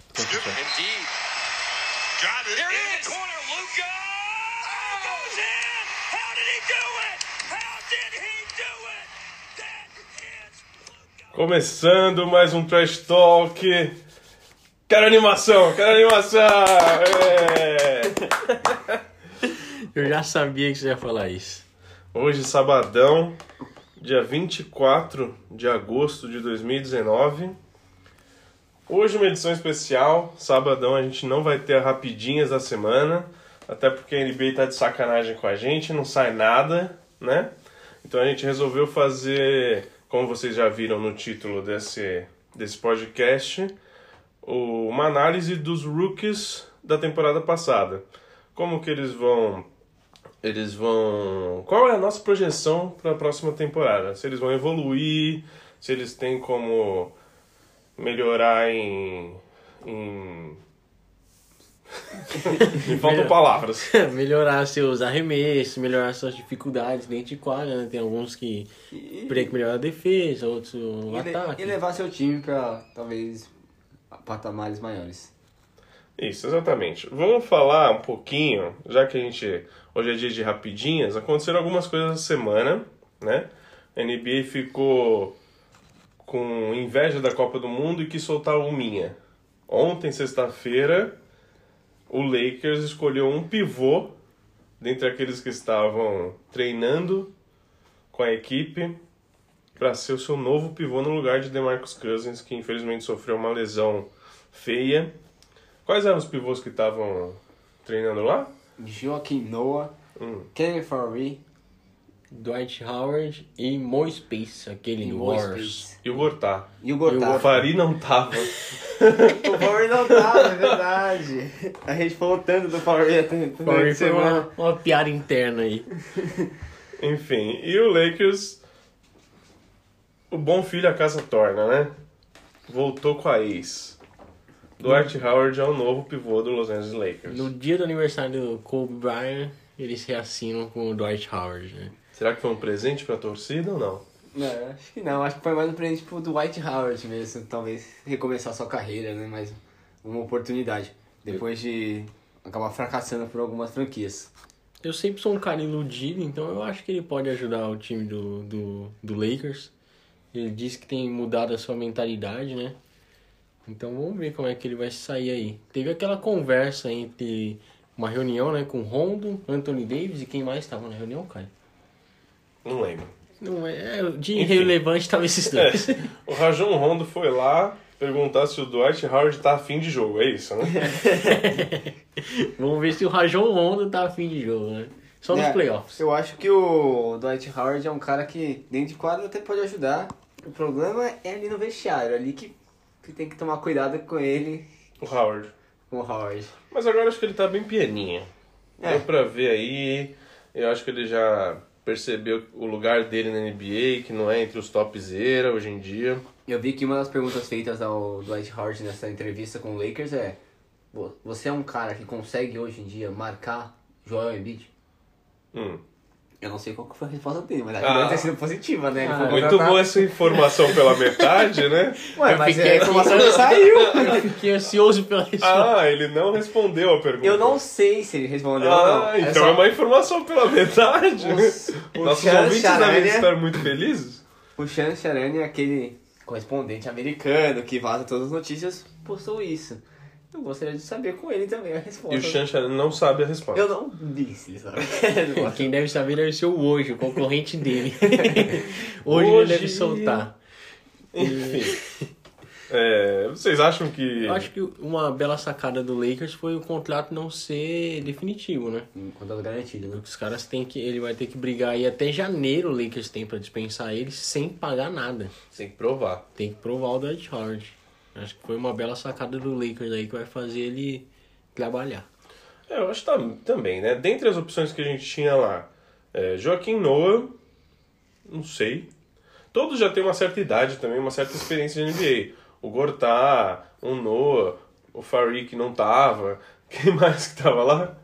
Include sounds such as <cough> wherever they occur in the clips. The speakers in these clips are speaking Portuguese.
Scoop, Scoop. indeed. Drive it Here it in is. the corner, Luca goes in. How did he do it? How did he do it? That is Luka. Começando mais um Trash Talk. Quero animação, quero animação! É. Eu já sabia que você ia falar isso. <laughs> Hoje, sabadão, dia 24 de agosto de 2019. Hoje, uma edição especial. Sabadão, a gente não vai ter a rapidinhas da semana, até porque a NBA tá de sacanagem com a gente, não sai nada, né? Então, a gente resolveu fazer, como vocês já viram no título desse, desse podcast, o- uma análise dos rookies da temporada passada. Como que eles vão eles vão. Qual é a nossa projeção para a próxima temporada? Se eles vão evoluir, se eles têm como melhorar em. em... <laughs> Me faltam palavras. melhorar seus arremessos, melhorar suas dificuldades dentro de quadra, né? Tem alguns que tem que melhorar a defesa, outros o E, le- ataque. e levar seu time pra talvez patamares maiores. Isso, exatamente. Vamos falar um pouquinho, já que a gente. Hoje é dia de rapidinhas, aconteceram algumas coisas essa semana, né? A NBA ficou com inveja da Copa do Mundo e quis soltar o minha. Ontem, sexta-feira, o Lakers escolheu um pivô dentre aqueles que estavam treinando com a equipe para ser o seu novo pivô no lugar de DeMarcus Cousins, que infelizmente sofreu uma lesão feia. Quais eram os pivôs que estavam treinando lá? Joaquim Noah, Hum. Kenny Farree Dwight Howard e Mo Space, aquele e do Mo Warriors. Space. E o Gortá. E o O Gortá. Fari não tava. <laughs> O Farree não tava, é verdade. A gente falou tanto do Farree até Warriors Foi uma, uma piada interna aí. Enfim, e o Lakers. O bom filho a casa torna, né? Voltou com a ex. Dwight Howard é o novo pivô do Los Angeles Lakers. No dia do aniversário do Kobe Bryant, eles reassinam com o Dwight Howard, né? Será que foi um presente pra torcida ou não? Não, acho que não. Acho que foi mais um presente pro Dwight Howard mesmo. Talvez recomeçar sua carreira, né? Mas uma oportunidade. Depois de acabar fracassando por algumas franquias. Eu sempre sou um cara iludido, então eu acho que ele pode ajudar o time do, do, do Lakers. Ele disse que tem mudado a sua mentalidade, né? Então vamos ver como é que ele vai sair aí. Teve aquela conversa entre uma reunião, né, com Rondo, Anthony Davis e quem mais estava na reunião, cara? Não lembro. Não é, é, de Enfim. irrelevante tava esses É, dois. o Rajon Rondo foi lá perguntar se o Dwight Howard tá afim de jogo, é isso, né? <laughs> Vamos ver se o Rajon Rondo tá afim de jogo, né? Só nos É, playoffs. Eu acho que o Dwight Howard é um cara que dentro de quadra até pode ajudar. O problema é ali no vestiário, ali que, que tem que tomar cuidado com ele, O Howard. com o Howard. Mas agora acho que ele tá bem pianinha. É. Deu pra ver aí. Eu acho que ele já percebeu o lugar dele na NBA, que não é entre os topzera hoje em dia. Eu vi que uma das perguntas feitas ao Dwight Howard nessa entrevista com o Lakers é: "Vo- Você é um cara que consegue hoje em dia marcar Joel Embiid? Hum. Eu não sei qual que foi a resposta dele, mas ela Ah. deve ter sido positiva, né? Ele foi Muito contratado. boa essa informação pela metade, <laughs> né? Ué, Eu mas fiquei a informação não saiu. Eu fiquei ansioso pela resposta. Ah, ele não respondeu a pergunta. Eu não sei se ele respondeu ou não. Ah, então só- é uma informação pela metade. Os- né? o é Nossos Chan ouvintes devem Charania- estar muito felizes. O Sean Charani é aquele correspondente americano que vaza todas as notícias, postou isso. Eu gostaria de saber com ele também a resposta. E o Chancha não sabe a resposta. Eu não disse, sabe? Eu gosto. Quem deve saber deve ser o hoje, o concorrente <laughs> dele. hoje, ele Hoje. deve soltar. Enfim. É, vocês acham que. Eu acho que uma bela sacada do Lakers foi o contrato não ser definitivo, né? Contrato garantido, né? Os caras têm que. Ele vai ter que brigar aí até janeiro o Lakers tem pra dispensar ele sem pagar nada. Tem que provar. Tem que provar o Dwight Howard. Acho que foi uma bela sacada do Lakers aí que vai fazer ele trabalhar. É, eu acho que tam- também, né? Dentre as opções que a gente tinha lá, é, Joaquim Noah, não sei. Todos já têm uma certa idade também, uma certa experiência de NBA. O Gortá, o Noah, o Farid que não tava. <laughs> Quem mais que tava lá?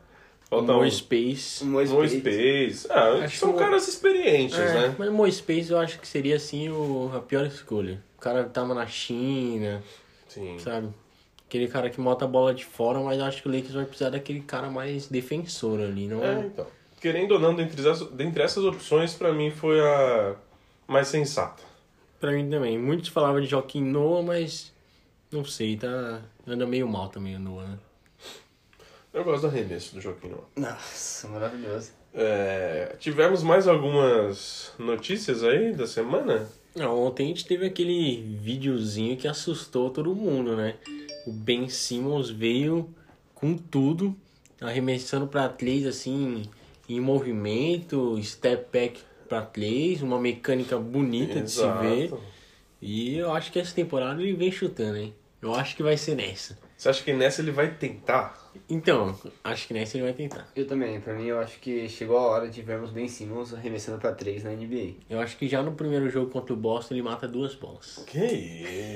Falta Mo um. Space. Um Mo Space. Ah, Acho são que o- caras experientes, É, né? Mas Mo Space eu acho que seria assim o, a pior escolha. O cara tava na China, Sim. sabe? Aquele cara que mata a bola de fora, mas acho que o Lakers vai precisar daquele cara mais defensor ali, não É, é? então. Querendo ou não, dentre, as, dentre essas opções, pra mim foi a mais sensata. Pra mim também. Muitos falavam de Joaquim Noah, mas não sei, tá. Anda meio mal também o Noah, né? Eu gosto do arremesso do Joaquim Noah. Nossa, maravilhoso. É, tivemos mais algumas notícias aí da semana? Não, ontem a gente teve aquele videozinho que assustou todo mundo, né? O Ben Simmons veio com tudo, arremessando pra três assim, em movimento, step back pra três, uma mecânica bonita Exato. de se ver. E eu acho que essa temporada ele vem chutando, hein? Eu acho que vai ser nessa. Você acha que nessa ele vai tentar? Então, acho que nessa ele vai tentar. Eu também, pra mim eu acho que chegou a hora de vermos Ben Simmons arremessando pra três na NBA. Eu acho que já no primeiro jogo contra o Boston ele mata duas bolas. Que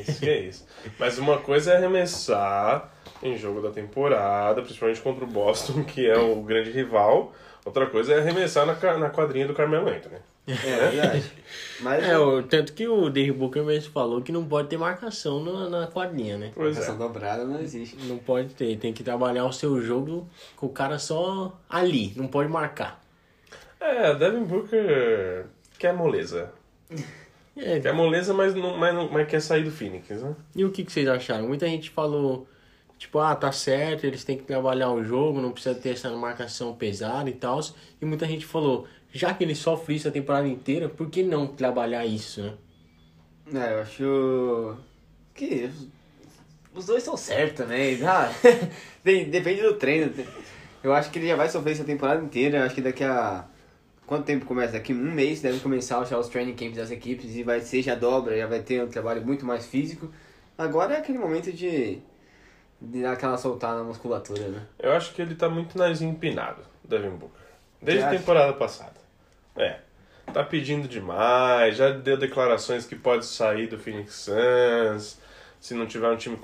isso, que isso. Mas uma coisa é arremessar em jogo da temporada, principalmente contra o Boston, que é o grande rival. Outra coisa é arremessar na, ca- na quadrinha do Carmelo Anthony. É, verdade. Mas É, o, tanto que o Dave Booker mesmo falou que não pode ter marcação na, na quadrinha, né? Pois essa é. dobrada não existe. Não pode ter, tem que trabalhar o seu jogo com o cara só ali, não pode marcar. É, Devin Booker quer moleza. É, Quer moleza, mas, não, mas, não, mas quer sair do Phoenix, né? e o que, que vocês acharam? Muita gente falou, tipo, ah, tá certo, eles têm que trabalhar o jogo, não precisa ter essa marcação pesada e tal. E muita gente falou, já que ele sofre isso a temporada inteira, por que não trabalhar isso, né? É, eu acho que os- os dois são certos também, <laughs> tá? Tem- Depende do treino. Eu acho que ele já vai sofrer essa temporada inteira. Eu acho que daqui a. Quanto tempo começa? Daqui a um mês deve começar já os training camps das equipes e vai ser já dobra, já vai ter um trabalho muito mais físico. Agora é aquele momento de, de dar aquela soltada na musculatura, né? Eu acho que ele tá muito nariz empinado, Devin Booker. Desde Você a acha? temporada passada. É. Tá pedindo demais, já deu declarações que pode sair do Phoenix Suns, se não tiver um time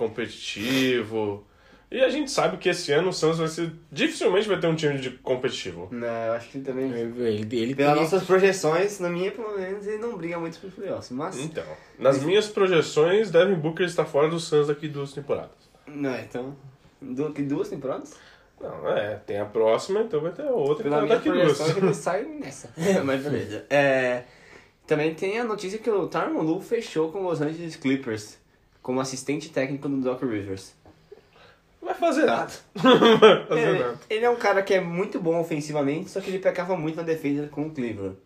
competitivo. E a gente sabe que esse ano o Suns vai ser. dificilmente vai ter um time de competitivo. Não, eu acho que também. Ele, ele Pelas tem- nossas projeções, na minha pelo menos, ele não briga muito pro playoffs, mas. Então, nas minhas projeções, Devin Booker está fora do Suns daqui duas temporadas. Não, então. Du que duas temporadas? Não, é, tem a próxima, então vai ter a outra Pela então minha daqui duas. projeção é que ele sai <laughs> nessa. Mas beleza. É, também tem a notícia que o Tarmon Lu fechou com os Los Angeles Clippers como assistente técnico do Doc Rivers. Vai fazer <laughs> nada. Vai fazer Ele, nada. ele é um cara que é muito bom ofensivamente, só que ele pecava muito na defesa com o Cleveland.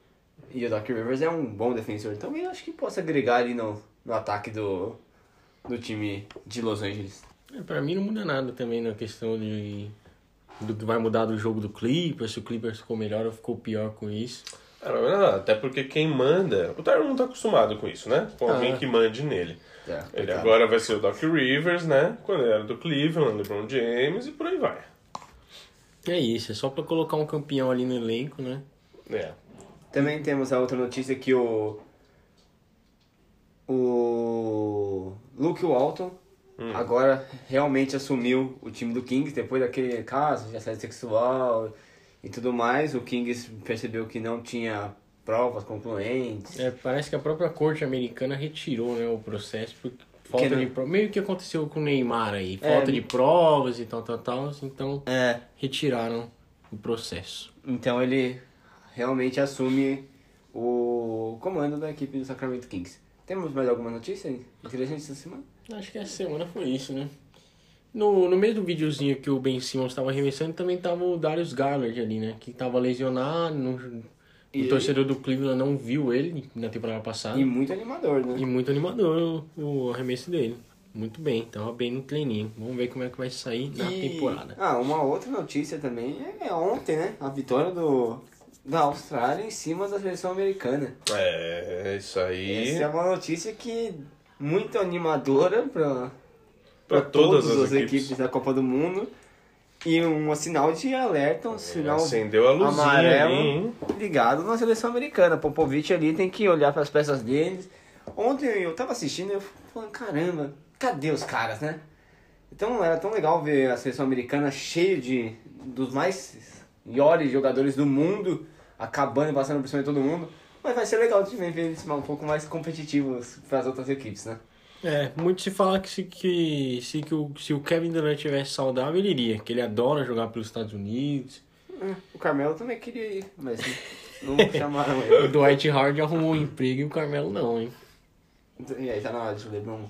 E o Doc Rivers é um bom defensor, então eu acho que possa agregar ali no, no ataque do, do time de Los Angeles. É, Pra mim não muda nada também na questão de do que vai mudar do jogo do Clippers, se o Clippers ficou melhor ou ficou pior com isso. É, mas não, até porque quem manda. O Tyron não tá acostumado com isso, né? Com alguém Ah. que mande nele. É, Ele coitado. agora vai ser o Doc Rivers, né? Quando ele era do Cleveland, LeBron James e por aí vai. É isso, é só pra colocar um campeão ali no elenco, né? É. Também temos a outra notícia que o. O. Luke Walton agora realmente assumiu o time do Kings depois daquele caso de assédio sexual e tudo mais. O Kings percebeu que não tinha provas concluentes. É, parece que a própria corte americana retirou né, o processo por falta Que não- de pro- Meio que aconteceu com o Neymar aí, falta de provas e tal, tal, tal. Então É. retiraram o processo. Então ele realmente assume o comando da equipe do Sacramento Kings. Temos mais alguma notícia interessante essa semana? Acho que essa semana foi isso, né? No, no mesmo videozinho que o Ben Simmons estava arremessando, também tava o Darius Garland ali, né? Que tava lesionado, não- E- o torcedor do Cleveland não viu ele na temporada passada. E E, muito animador, né? muito animador o, o arremesso dele. Muito bem, tava bem no treininho. Vamos ver como é que vai sair na E- temporada. Ah, uma outra notícia também é ontem, né? A vitória do da Austrália em cima da seleção americana. É, isso aí. Essa é uma notícia que muito animadora para Pra todas as equipes. equipes. da Copa do Mundo e um sinal de alerta, um sinal Acendeu a luzinha amarelo ali, hein? ligado na seleção americana. Popovich ali tem que olhar para as peças deles. Ontem eu tava assistindo e eu falando, caramba, cadê os caras, né? Então era tão legal ver a seleção americana cheia de dos mais melhores jogadores do mundo, acabando e passando por cima de todo mundo. Mas vai ser legal de ver ver eles um pouco mais competitivos para as outras equipes, né? É, muito se fala que se, que, se, que o, se o Kevin Durant tivesse saudável, ele iria. Que ele adora jogar pelos Estados Unidos. O Carmelo também queria ir, mas não <laughs> chamaram O ele. Dwight Howard arrumou um emprego e o Carmelo não, hein? E aí tá na hora de o Lebron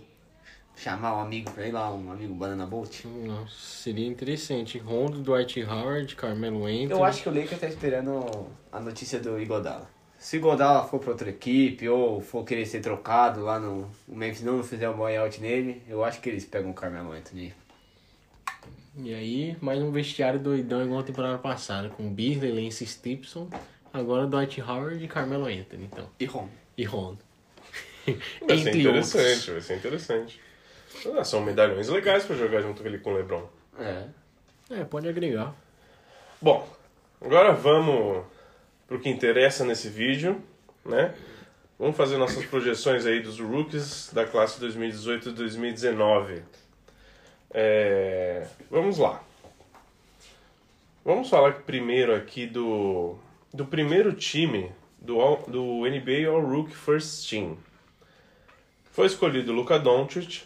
chamar um amigo pra ir lá, um amigo Banana Bolt. Nossa, seria interessante. Rondo, Dwight Howard, Carmelo entra. Eu acho que o Lakers tá esperando a notícia do Igodala. Se o Igodala for pra outra equipe ou for querer ser trocado lá no o Memphis não fizer um buyout nele, eu acho que eles pegam o Carmelo Anthony. E aí, mais um vestiário doidão igual a temporada passada, com Beasley, Lance Stipson, agora Dwight Howard e Carmelo Anthony, então. E Ron. E Rondo. <laughs> Vai ser interessante, vai ser interessante. Ah, são medalhões legais pra jogar junto ali com o LeBron. É. É, pode agregar. Bom, agora vamos pro que interessa nesse vídeo, né? Vamos fazer nossas projeções aí dos rookies da classe 2018 e 2019. É, vamos lá. Vamos falar primeiro aqui do, do primeiro time do, All- do NBA All-Rookie First Team. Foi escolhido Luka Doncic,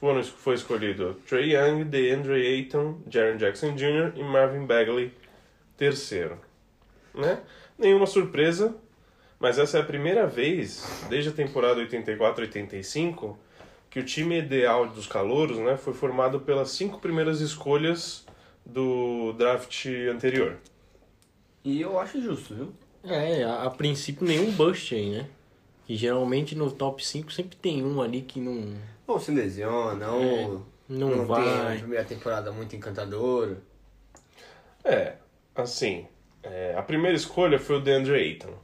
foram, es- foi escolhido Trey Young, DeAndre Ayton, Jaren Jackson Jr. e Marvin Bagley, terceiro. Né? Nenhuma surpresa, mas essa é a primeira vez, desde a temporada 84-85, que o time ideal dos calouros né, foi formado pelas cinco primeiras escolhas do draft anterior. E eu acho justo, viu? É, a, a princípio nenhum bust aí, né? Que geralmente no top 5 sempre tem um ali que não, Ou se lesiona, ou não, tem a vai. primeira temporada muito encantadora. É, assim, é, a primeira escolha foi o DeAndre Ayton.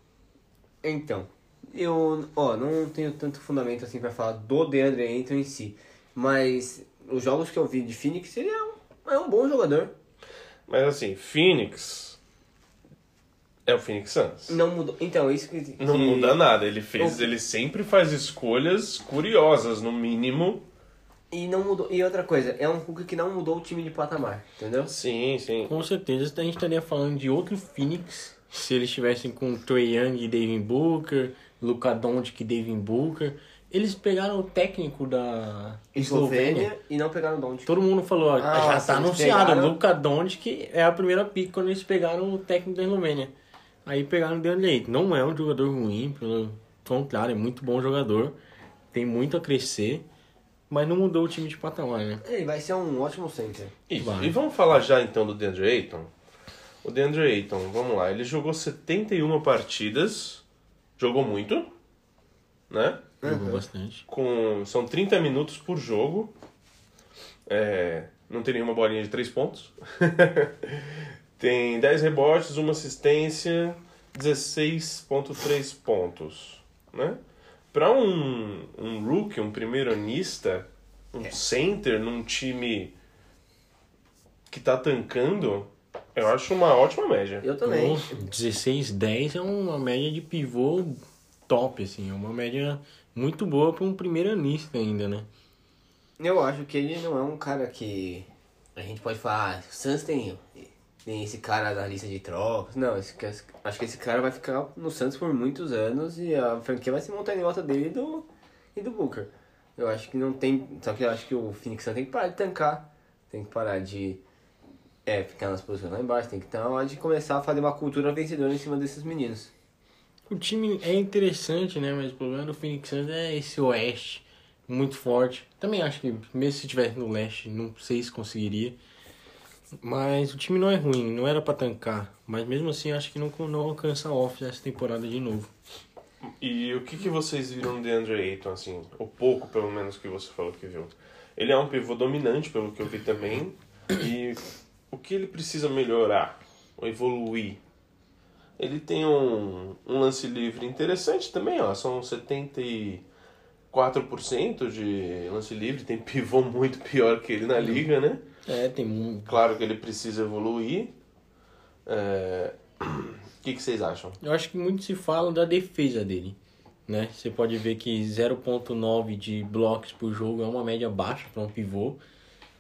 Então, eu ó, não tenho tanto fundamento assim pra falar do DeAndre Ayton em si, mas os jogos que eu vi de Phoenix, ele é um, é um bom jogador. Mas assim, Phoenix é o Phoenix Suns. Não mudou. Então, isso que. Não que- muda né? nada. Ele fez, O- ele sempre faz escolhas curiosas, no mínimo. E não mudou. E outra coisa, é um Hulk que não mudou o time de patamar, entendeu? Sim, sim. Com certeza a gente estaria falando de outro Phoenix se eles estivessem com Trey Young e Devin Booker, Luka Doncic e Devin Booker. Eles pegaram o técnico da Eslovênia. Eslovênia e não pegaram o Don't. Todo mundo falou, ó, Ah, já se tá eles anunciado, pegaram- Luka Doncic é a primeira pick quando eles pegaram o técnico da Eslovênia. Aí pegaram o Deandre Ayton. Não é um jogador ruim, pelo contrário, é muito bom jogador. Tem muito a crescer, mas não mudou o time de patamar, né? Ele vai ser um ótimo center. E, Vai. e vamos falar já então do DeAndre Ayton? O DeAndre Ayton, vamos lá, ele jogou 71 partidas, jogou muito, né? Uhum. Jogou bastante. Com, são 30 minutos por jogo. É, não tem nenhuma bolinha de 3 pontos. <laughs> tem 10 rebotes, uma assistência, 16,3 pontos. Né? Para um, um rookie, um primeiro anista, um center num time que tá tancando, eu acho uma ótima média. Eu também. Então, 16, 10 é uma média de pivô top, assim. É uma média muito boa para um primeiro anista ainda, né? Eu acho que ele não é um cara que a gente pode falar, ah, o Suns tem, tem esse cara na lista de trocas. Não, esse ca- acho que esse cara vai ficar no Santos por muitos anos e a franquia vai se montar em volta dele e do, e do Booker. Eu acho que não tem. Só que eu acho que o Phoenix Suns tem que parar de tancar, tem que parar de é, ficar nas posições lá embaixo, tem que estar na hora de começar a fazer uma cultura vencedora em cima desses meninos. O time é interessante, né? Mas o problema do Phoenix Suns é esse oeste muito forte. Também acho que mesmo se tivesse no leste, não sei se conseguiria. Mas o time não é ruim, não era para tancar. Mas mesmo assim, acho que não, não alcança off essa temporada de novo. E o que, que vocês viram de Andre Ayton, assim? O pouco, pelo menos, que você falou que viu. Ele é um pivô dominante, pelo que eu vi também. E o que ele precisa melhorar? Ou evoluir? Ele tem um, um lance livre interessante também, ó. São 74% de lance livre. Tem pivô muito pior que ele na liga, né? É, tem um. Claro que ele precisa evoluir. É, <clears throat> O que, que vocês acham? Eu acho que muito se fala da defesa dele, né? Você pode ver que 0.9 de blocos por jogo é uma média baixa para um pivô.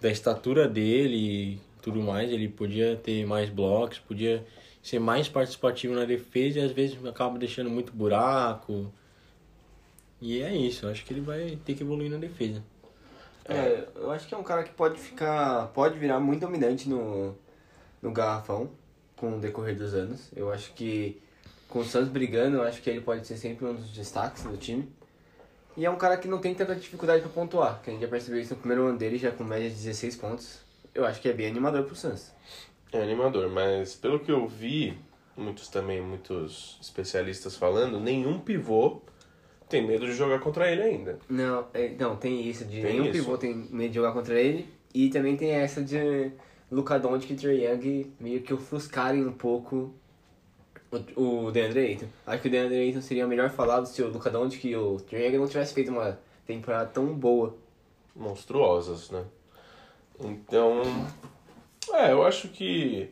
Da estatura dele e tudo mais, ele podia ter mais blocos, podia ser mais participativo na defesa e às vezes acaba deixando muito buraco. E é isso, eu acho que ele vai ter que evoluir na defesa. É, eu acho que é um cara que pode ficar. pode virar muito dominante no, no garrafão com o decorrer dos anos. Eu acho que com o Santos brigando, eu acho que ele pode ser sempre um dos destaques do time. E é um cara que não tem tanta dificuldade pra pontuar, que a gente já percebeu isso no primeiro ano dele, já com média de 16 pontos. Eu acho que é bem animador pro Santos. É animador, mas pelo que eu vi, muitos também, muitos especialistas falando, nenhum pivô tem medo de jogar contra ele ainda. Não, é, não tem isso de Tem nenhum isso. pivô tem medo de jogar contra ele. E também tem essa de Luka Doncic e Trae Young meio que ofuscarem um pouco o, o DeAndre Ayton. Acho que o DeAndre Ayton seria melhor falado se o Luka Doncic e o Trae Young não tivessem feito uma temporada tão boa. Monstruosas, né? Então, é, eu acho que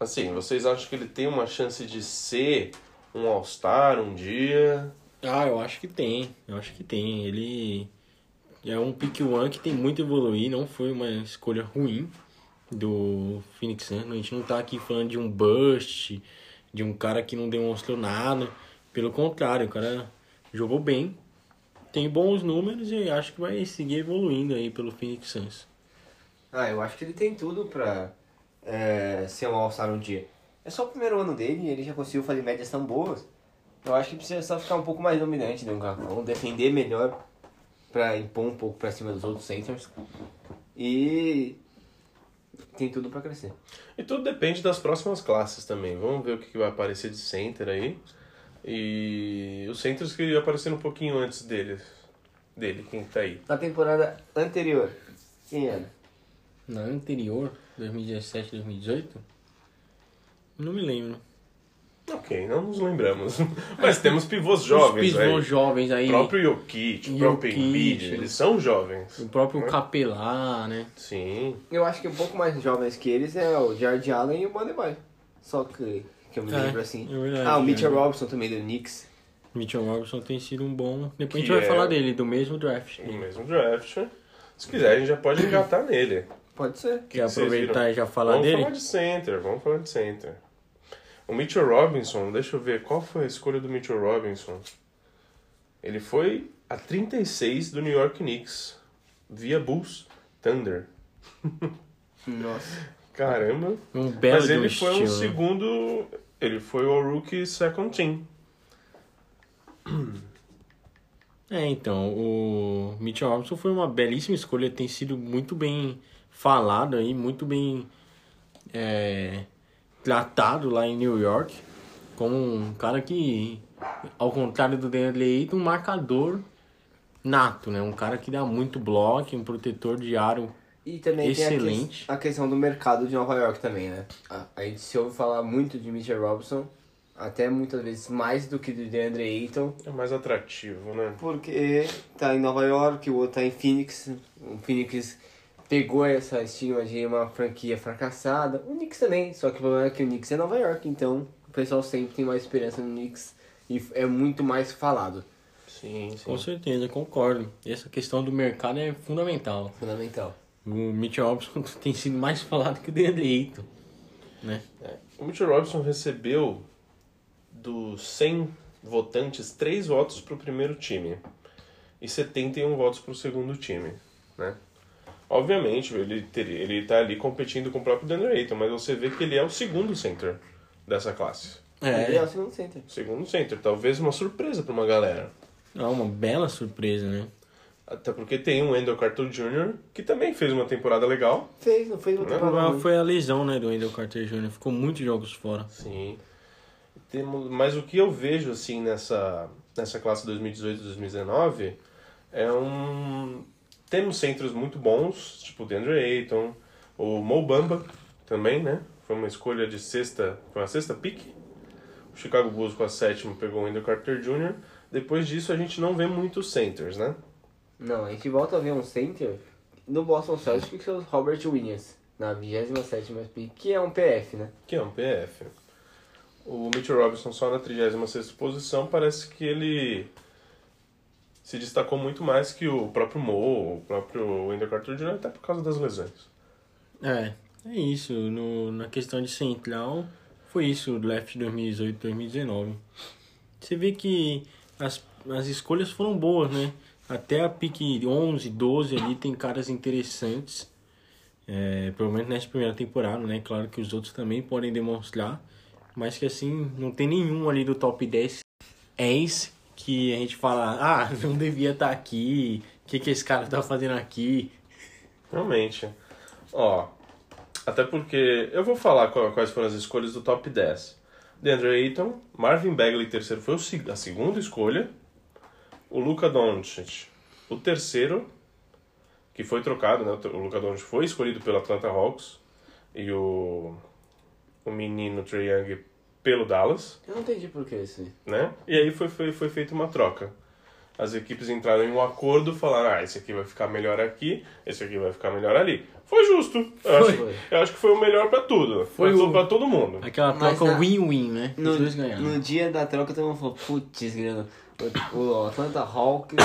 assim, vocês acham que ele tem uma chance de ser um All-Star um dia? Ah, eu acho que tem, eu acho que tem. Ele é um pick one que tem muito a evoluir, não foi uma escolha ruim do Phoenix Suns. A gente não tá aqui falando de um bust, de um cara que não demonstrou nada. Pelo contrário, o cara jogou bem, tem bons números e acho que vai seguir evoluindo aí pelo Phoenix Suns. Ah, eu acho que ele tem tudo pra é, ser um All-Star um dia. É só o primeiro ano dele e ele já conseguiu fazer médias tão boas. Eu acho que precisa só ficar um pouco mais dominante no garrafão, defender melhor pra impor um pouco pra cima dos outros centers. E tem tudo pra crescer. E tudo depende das próximas classes também. Vamos ver o que que vai aparecer de center aí. E os centers que apareceram um pouquinho antes dele. Dele, quem tá aí. Na temporada anterior, quem era? Na anterior, 2017, 2018, não me lembro. Ok, não nos lembramos. Mas temos pivôs jovens, Os pivôs velho. jovens aí. O próprio Jokic, o próprio Jokic. Embiid, eles são jovens. O próprio Capelá, né? Sim. Eu acho que um pouco mais jovens que eles é o Jared Allen e o Bandebay. Só que, que eu me É, lembro assim. é verdade, ah, o Mitchell né? Robinson também do Knicks. Mitchell Robinson tem sido um bom. Depois Que a gente vai é- falar dele, do mesmo draft. No mesmo draft. Se quiser, a gente já pode engatar nele. Pode ser. Que Quer vocês aproveitar viram? e já falar vamos dele? falar de center, vamos falar de center. O Mitchell Robinson, deixa eu ver, qual foi a escolha do Mitchell Robinson? Ele foi a 36 do New York Knicks, via Bulls Thunder. <laughs> Nossa. Caramba. Um belo Mas de um ele foi um estilo. né? segundo... Ele foi o rookie second team. É, então, o Mitchell Robinson foi uma belíssima escolha, tem sido muito bem falado aí, muito bem é, tratado lá em New York, como um cara que, ao contrário do Daniel Ayton, um marcador nato, né? Um cara que dá muito bloco, um protetor de aro E também tem a, Excelente. ques- a questão do mercado de Nova York também, né? A, a gente se ouve falar muito de Mitchell Robinson, até muitas vezes mais do que do DeAndre Ayton, É mais atrativo, né? porque tá em Nova York, o outro tá em Phoenix, o Phoenix pegou essa estigma de uma franquia fracassada, o Knicks também, só que o problema é que o Knicks é Nova York, então o pessoal sempre tem mais esperança no Knicks e f- é muito mais falado, Sim, Com certeza, concordo. Essa questão do mercado é fundamental. fundamental. O Mitchell Robinson <laughs> tem sido mais falado que o Deandre Ayton, né? O Mitchell Robinson recebeu dos 100 votantes 3 votos para o primeiro time e 71 votos para o segundo time, né? Obviamente, ele teria, ele tá ali competindo com o próprio Daniel Ayton, mas você vê que ele é o segundo center dessa classe. Ele é o segundo center. Segundo center, talvez uma surpresa para uma galera. É uma bela surpresa, né? Até porque tem o Wendell Carter Jr., que também fez uma temporada legal. Fez, não fez O uma O temporada problema ruim. foi a lesão, né, do Wendell Carter Jr. Ficou muitos jogos fora. Sim. Temos, mas o que eu vejo assim nessa nessa classe 2018-2019 é um temos centros muito bons, tipo o DeAndre Ayton, o Mo Bamba também, né? Foi uma escolha de sexta, foi uma sexta pick. O Chicago Bulls com a sétima pegou o Wendell Carter Jr. Depois disso a gente não vê muitos centers, né? Não, a gente volta a ver um center no Boston Celtics que é o Robert Williams, na 27ª pick, que é um PF, né? Que é um PF. O Mitchell Robinson só na 36 posição, parece que ele se destacou muito mais que o próprio Mo, o próprio Wendell Carter Jr., até por causa das lesões. É, é isso. No, na questão de central, foi isso o draft 2018-2019. Você vê que as, as escolhas foram boas, né? Até a pique 11, 12 ali tem caras interessantes. É, pelo menos nessa primeira temporada, né? Claro que os outros também podem demonstrar. Mas que assim, não tem nenhum ali do top 10 ex que a gente fala, ah, <laughs> não devia estar aqui, o que, que esse cara tá fazendo aqui? Realmente. Ó, até porque eu vou falar qual- quais foram as escolhas do top 10. DeAndre Ayton, Marvin Bagley, terceiro, foi o seg- a segunda escolha. O Luca Doncic, o terceiro, que foi trocado, né? O t- O Luca Doncic foi escolhido pelo Atlanta Hawks. E o, o menino Trae Young pelo Dallas, Eu não entendi por que isso. né? E aí foi, foi, foi feita uma troca. As equipes entraram em um acordo, falaram, ah, esse aqui vai ficar melhor aqui, esse aqui vai ficar melhor ali. Foi justo. Eu, Foi. Acho, eu acho que foi o melhor pra tudo. Foi Foi pra, o- pra todo mundo. Aquela Mas troca na- win-win, né? No, Os dois ganharam. no dia da troca, todo mundo falou, putz, grana, o, o Atlanta Hawks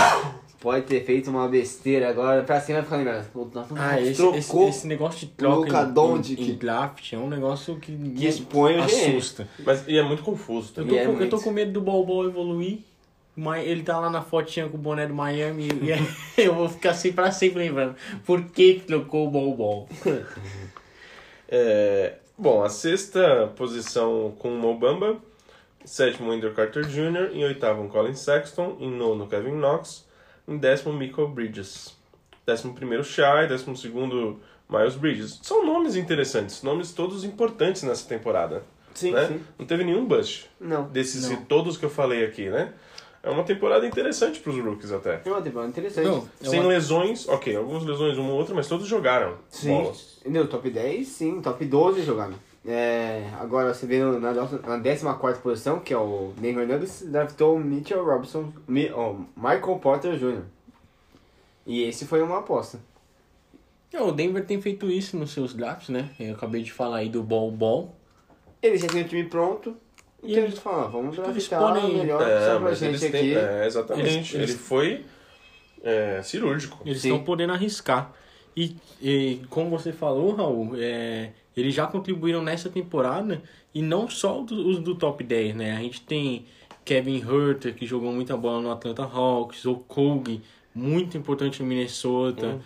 pode ter feito uma besteira agora, pra cima vai ficar lembrado. O Atlanta Ah, Hawks esse, esse, trocou. esse negócio de troca Luka em- Doncic. em, em draft é um negócio que, Que expõe o GM. assusta. Mas e é muito confuso Eu também. tô, E é com, eu muito. tô com medo do Balbol evoluir. Mas ele tá lá na fotinha com o boné do Miami e aí <laughs> eu vou ficar assim pra sempre lembrando. Por que que trocou o Balbol? <laughs> É, bom, a sexta posição com o Mobamba, sétimo Andrew Carter Jr., em oitavo um Colin Sexton, em nono Kevin Knox, em décimo Michael Bridges, décimo primeiro Shai, décimo segundo Miles Bridges. São nomes interessantes, nomes todos importantes nessa temporada. Sim, né? sim. Não teve nenhum bust Não. desses Não. todos que eu falei aqui, né? É uma temporada interessante pros rookies até. É uma temporada interessante. Não, eu Sem acho- lesões, ok, algumas lesões, uma ou outra, mas todos jogaram Sim. bola. Não, top 10, sim, top 12 jogando. É, agora você vê na, nossa- na 14 posição, que é o Denver Nuggets, draftou o Mitchell Robinson, Mi- ó, Michael Porter Jr. E esse foi uma aposta. Não, o Denver tem feito isso nos seus drafts, né? Eu acabei de falar aí do Balbol. Eles já tinham o time pronto, E e eles eles- falaram, "Ah, vamos eles draftar podem- a melhor É, opção pra mas eles gente têm, aqui. é, exatamente. Eles- Ele eles- foi é, cirúrgico. Eles Sim. estão podendo arriscar. E, e como você falou, Raul, é, eles já contribuíram nessa temporada e não só do- os do top 10, né? A gente tem Kevin Herter, que jogou muita bola no Atlanta Hawks, ou Kogi, muito importante no Minnesota,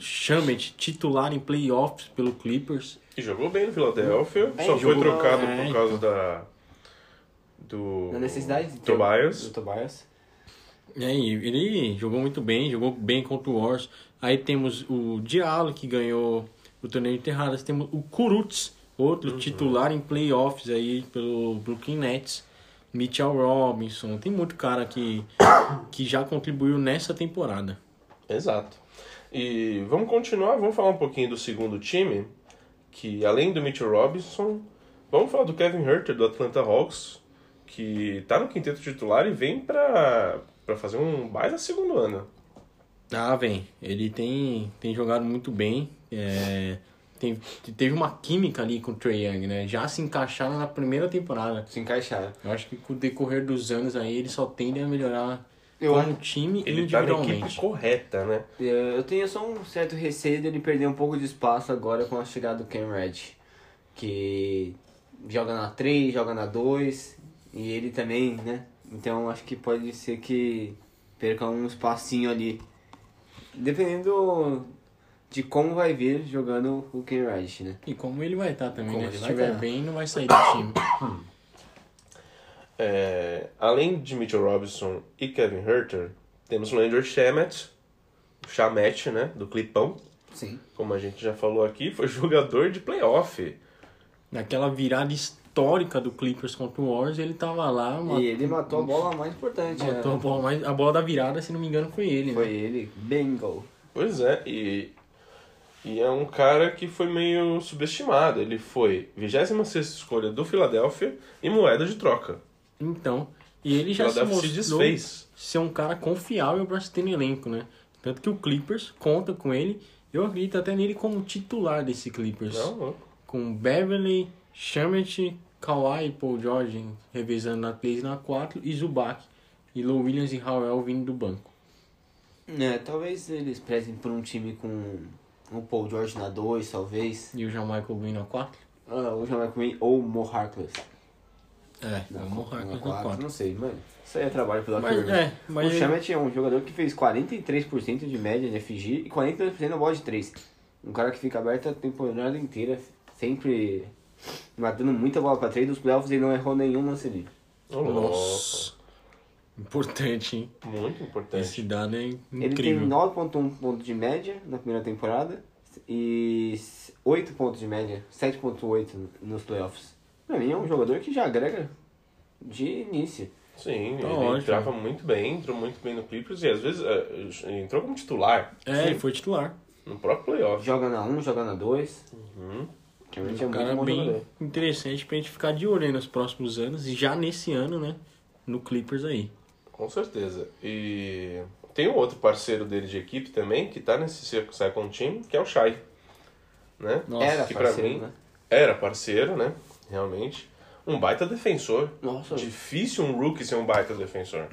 Shamet, titular em playoffs pelo Clippers. E jogou bem no Philadelphia. Bem, só foi jogou- né, trocado é, por causa da. Do. Na necessidade de ter o- Tobias. do Tobias. É, e ele jogou muito bem, jogou bem contra o Wars. Aí temos o Diallo, que ganhou o torneio de Terradas. Temos o Kurutz, outro titular em playoffs aí pelo Brooklyn Nets. Mitchell Robinson, tem muito cara que, <coughs> que já contribuiu nessa temporada. Exato. E vamos continuar, vamos falar um pouquinho do segundo time. Que além do Mitchell Robinson, vamos falar do Kevin Herter, do Atlanta Hawks, que tá no quinteto titular e vem pra, pra fazer um baita segundo ano. Ah, vem. Ele tem, tem jogado muito bem. É, tem, teve uma química ali com o Trae Young, né? Já se encaixaram na primeira temporada. Se encaixaram. Eu acho que com o decorrer dos anos aí, eles só tendem a melhorar Eu como time Ele tá na equipe individualmente. correta, né? Eu eu tenho só um certo receio dele perder um pouco de espaço agora com a chegada do Cam Red, que joga na 3, joga na 2, e ele também, né? Então acho que pode ser que perca um espacinho ali. Dependendo de como vai vir jogando o Cam Red, né? E como ele vai estar também, Como né? ele Se vai estiver tá. bem, não vai sair do time. É, além de Mitchell Robinson e Kevin Herter, temos o Landry Shamet, o Shamet, né, do Clipão, Sim. como a gente já falou aqui, foi <laughs> jogador de playoff. Naquela virada histórica do Clippers contra o Warriors, ele tava lá, E matou ele matou a bola mais importante, né? a bola, mas a bola da virada, se não me engano, foi ele, Foi né? ele, Bengal. Pois é, e, e é um cara que foi meio subestimado. Ele foi 26ª escolha do Philadelphia e moeda de troca. Então, e ele O já se Philadelphia se mostrou desfez. ser um cara confiável pra se ter no elenco, né? Tanto que o Clippers conta com ele, eu acredito até nele como titular desse Clippers. Não, louco. com Beverly, Shamet, Kawhi e Paul George revezando na 3 e na 4 e Zubac e Lou Williams e Howell vindo do banco. É, talvez eles prezem por um time com o Paul George na 2, talvez. E o Jamaica Green na 4. Ah, o Jamal Green ou o Mo Harkless. É, vamos quatro, Harkness na na 4. Não sei, mano. Isso aí é trabalho pro Doc Mas, Rivers. é, mas o ele- Shamet é um jogador que fez 43% de média de FG e 42% na bola de 3. Um cara que fica aberto a temporada inteira, sempre matando muita bola pra 3. Dos playoffs ele não errou nenhum lance livre. Ô, Nossa. Importante, hein? louco. Muito importante. Esse dado é Ele tem incrível. 9.1 pontos um de média na primeira temporada e 8 pontos de média, 7.8 nos playoffs. Pra mim é um jogador que já agrega de início. Sim, Tá ele ótimo. entrava muito bem, entrou muito bem no Clippers e às vezes eh, entrou como titular É, ele foi titular. no próprio playoff. Joga na 1, joga na 2. Uhum. Realmente é Um muito cara bom bem jogador. interessante pra gente ficar de olho aí nos próximos anos e já nesse ano, né? No Clippers aí. Com certeza. E tem um outro parceiro dele de equipe também, que tá nesse sec- second team, que é o Shai. Né? Nossa, Era que pra parceiro, mim né? era parceiro, né? Realmente. Um baita defensor. Nossa, Difícil um rookie ser um baita defensor.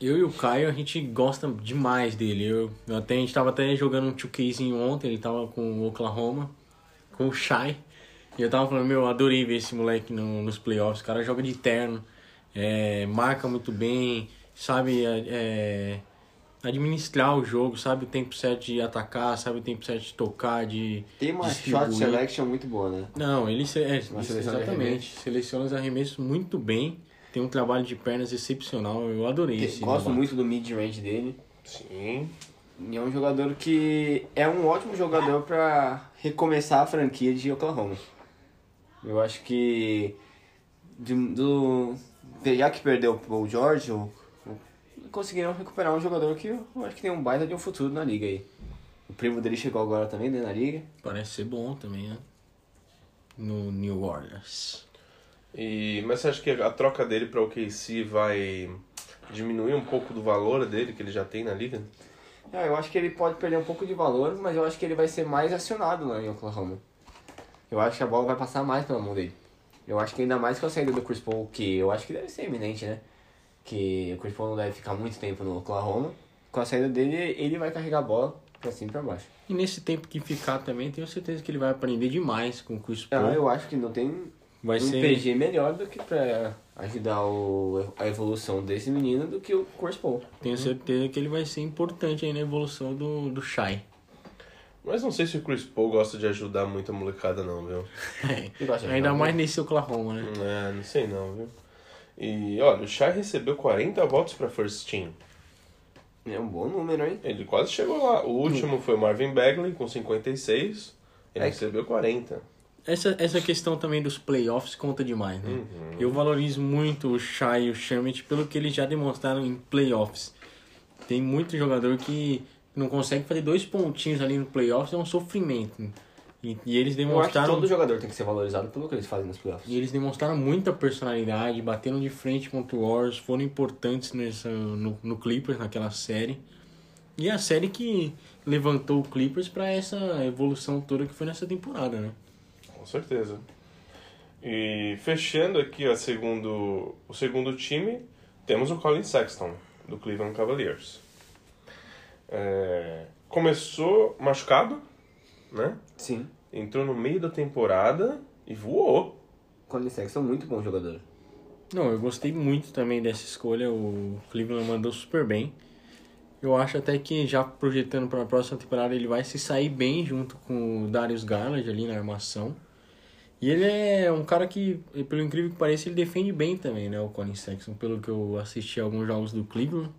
Eu e o Caio, a gente gosta demais dele. Eu, eu até, a gente tava até jogando um 2Kzinho ontem, ele tava com o Oklahoma, com o Shai. E eu tava falando, meu, eu adorei ver esse moleque no- nos playoffs. O cara joga de terno, é, marca muito bem, sabe é, é, administrar o jogo, sabe o tempo certo de atacar, sabe o tempo certo de tocar, de tem uma distribuir. shot selection muito boa, né? Não, ele se, é, Uma isso, seleção de exatamente. arremessos. Seleciona os arremessos muito bem. Tem um trabalho de pernas excepcional. Eu adorei esse. Gosto novato. muito do mid-range dele. Sim. E é um jogador que é um ótimo jogador pra recomeçar a franquia de Oklahoma. Eu acho que de- do já que perdeu o Paul George, o- o- conseguiram recuperar um jogador que eu acho que tem um baita de um futuro na liga aí. O primo dele chegou agora também, né, na liga. Parece ser bom também, né? No New Orleans. E, mas você acha que a troca dele para o KC vai diminuir um pouco do valor dele que ele já tem na liga? É, eu acho que ele pode perder um pouco de valor, mas eu acho que ele vai ser mais acionado lá em Oklahoma. Eu acho que a bola vai passar mais pela mão dele. Eu acho que ainda mais com a saída do Chris Paul, que eu acho que deve ser iminente, né? Que o Chris Paul não deve ficar muito tempo no Oklahoma. Com a saída dele, ele vai carregar a bola pra cima e pra baixo. E nesse tempo que ficar também, tenho certeza que ele vai aprender demais com o Chris Ah, Paul. eu acho que não tem Vai um ser- PG melhor do que pra ajudar o, a evolução desse menino do que o Chris Paul. Tenho certeza que ele vai ser importante aí na evolução do, do Shai. Mas não sei se o Chris Paul gosta de ajudar muito a molecada não, viu? Eu gosto <laughs> de Ainda jogar mais nesse Oklahoma, né? É, não sei não, viu? E olha, o Shai recebeu 40 votos para first team. É um bom número, hein? Ele quase chegou lá. O último foi o Marvin Bagley com 56. Ele É que- recebeu 40. Essa, essa questão também dos playoffs conta demais, né? Uhum. Eu valorizo muito o Shai e o Shermit pelo que eles já demonstraram em playoffs. Tem muito jogador que não consegue fazer dois pontinhos ali no playoffs, é um sofrimento. E, e eles Eu acho que demonstraram todo jogador tem que ser valorizado pelo que eles fazem nos playoffs. E eles demonstraram muita personalidade, bateram de frente contra o Warriors, foram importantes nessa, no, no Clippers, naquela série. E é a série que levantou o Clippers pra essa evolução toda que foi nessa temporada, né? Com certeza. E fechando aqui a segundo, o segundo time, temos o Colin Sexton, do Cleveland Cavaliers. É, começou machucado, né? Sim. Entrou no meio da temporada e voou. Colin Sexton é um muito bom jogador. Não, eu gostei muito também dessa escolha, o Cleveland mandou super bem. Eu acho até que já projetando para a próxima temporada ele vai se sair bem junto com o Darius Garland ali na armação. E ele é um cara que, pelo incrível que pareça, ele defende bem também, né, o Colin Sexton, pelo que eu assisti a alguns jogos do Cleveland.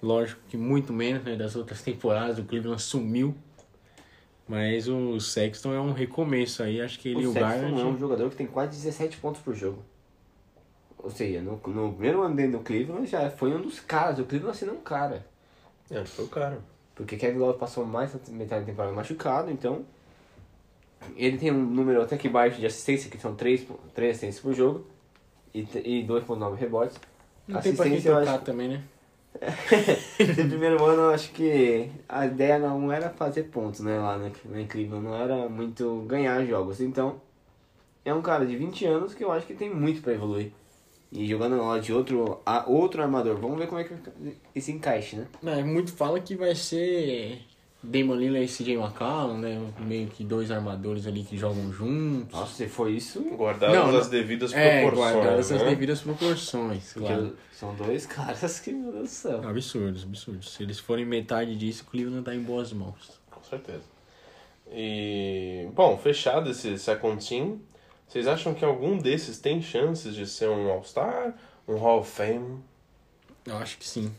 Lógico que muito menos, né, das outras temporadas, o Cleveland sumiu. Mas o Sexton é um recomeço aí, acho que ele e o o Sexton Garland... é um jogador que tem quase 17 pontos por jogo. Ou seja, no, no primeiro ano dele no Cleveland já foi um dos caras. O Cleveland assinou um cara. É, foi o cara. Porque Kevin Love passou mais da metade da temporada machucado, então... Ele tem um número até que baixo de assistência, que são 3, três assistências por jogo. E, t- e 2.9 rebotes. Não tem pra quem eu acho tocar também, né? No <laughs> primeiro ano, eu acho que a ideia não era fazer pontos, né, lá na, na Cleveland, não era muito ganhar jogos. Então, é um cara de 20 anos que eu acho que tem muito pra evoluir. E jogando na hora de outro, a, outro armador, vamos ver como é que esse encaixe, né? Não, é muito fala que vai ser Damon Lillard e CJ McCollum, né? Meio que dois armadores ali que jogam juntos. Nossa, se foi isso. Guardadas Não, não. as devidas é, proporções. guardadas as né? devidas proporções, Porque claro. são dois caras que, meu Deus do céu. Absurdos, absurdos. Se eles forem metade disso, o Cleveland tá em boas mãos. Com certeza. E, bom, fechado esse second team, vocês acham que algum desses tem chances de ser um All-Star, um Hall of Fame? Eu acho que sim.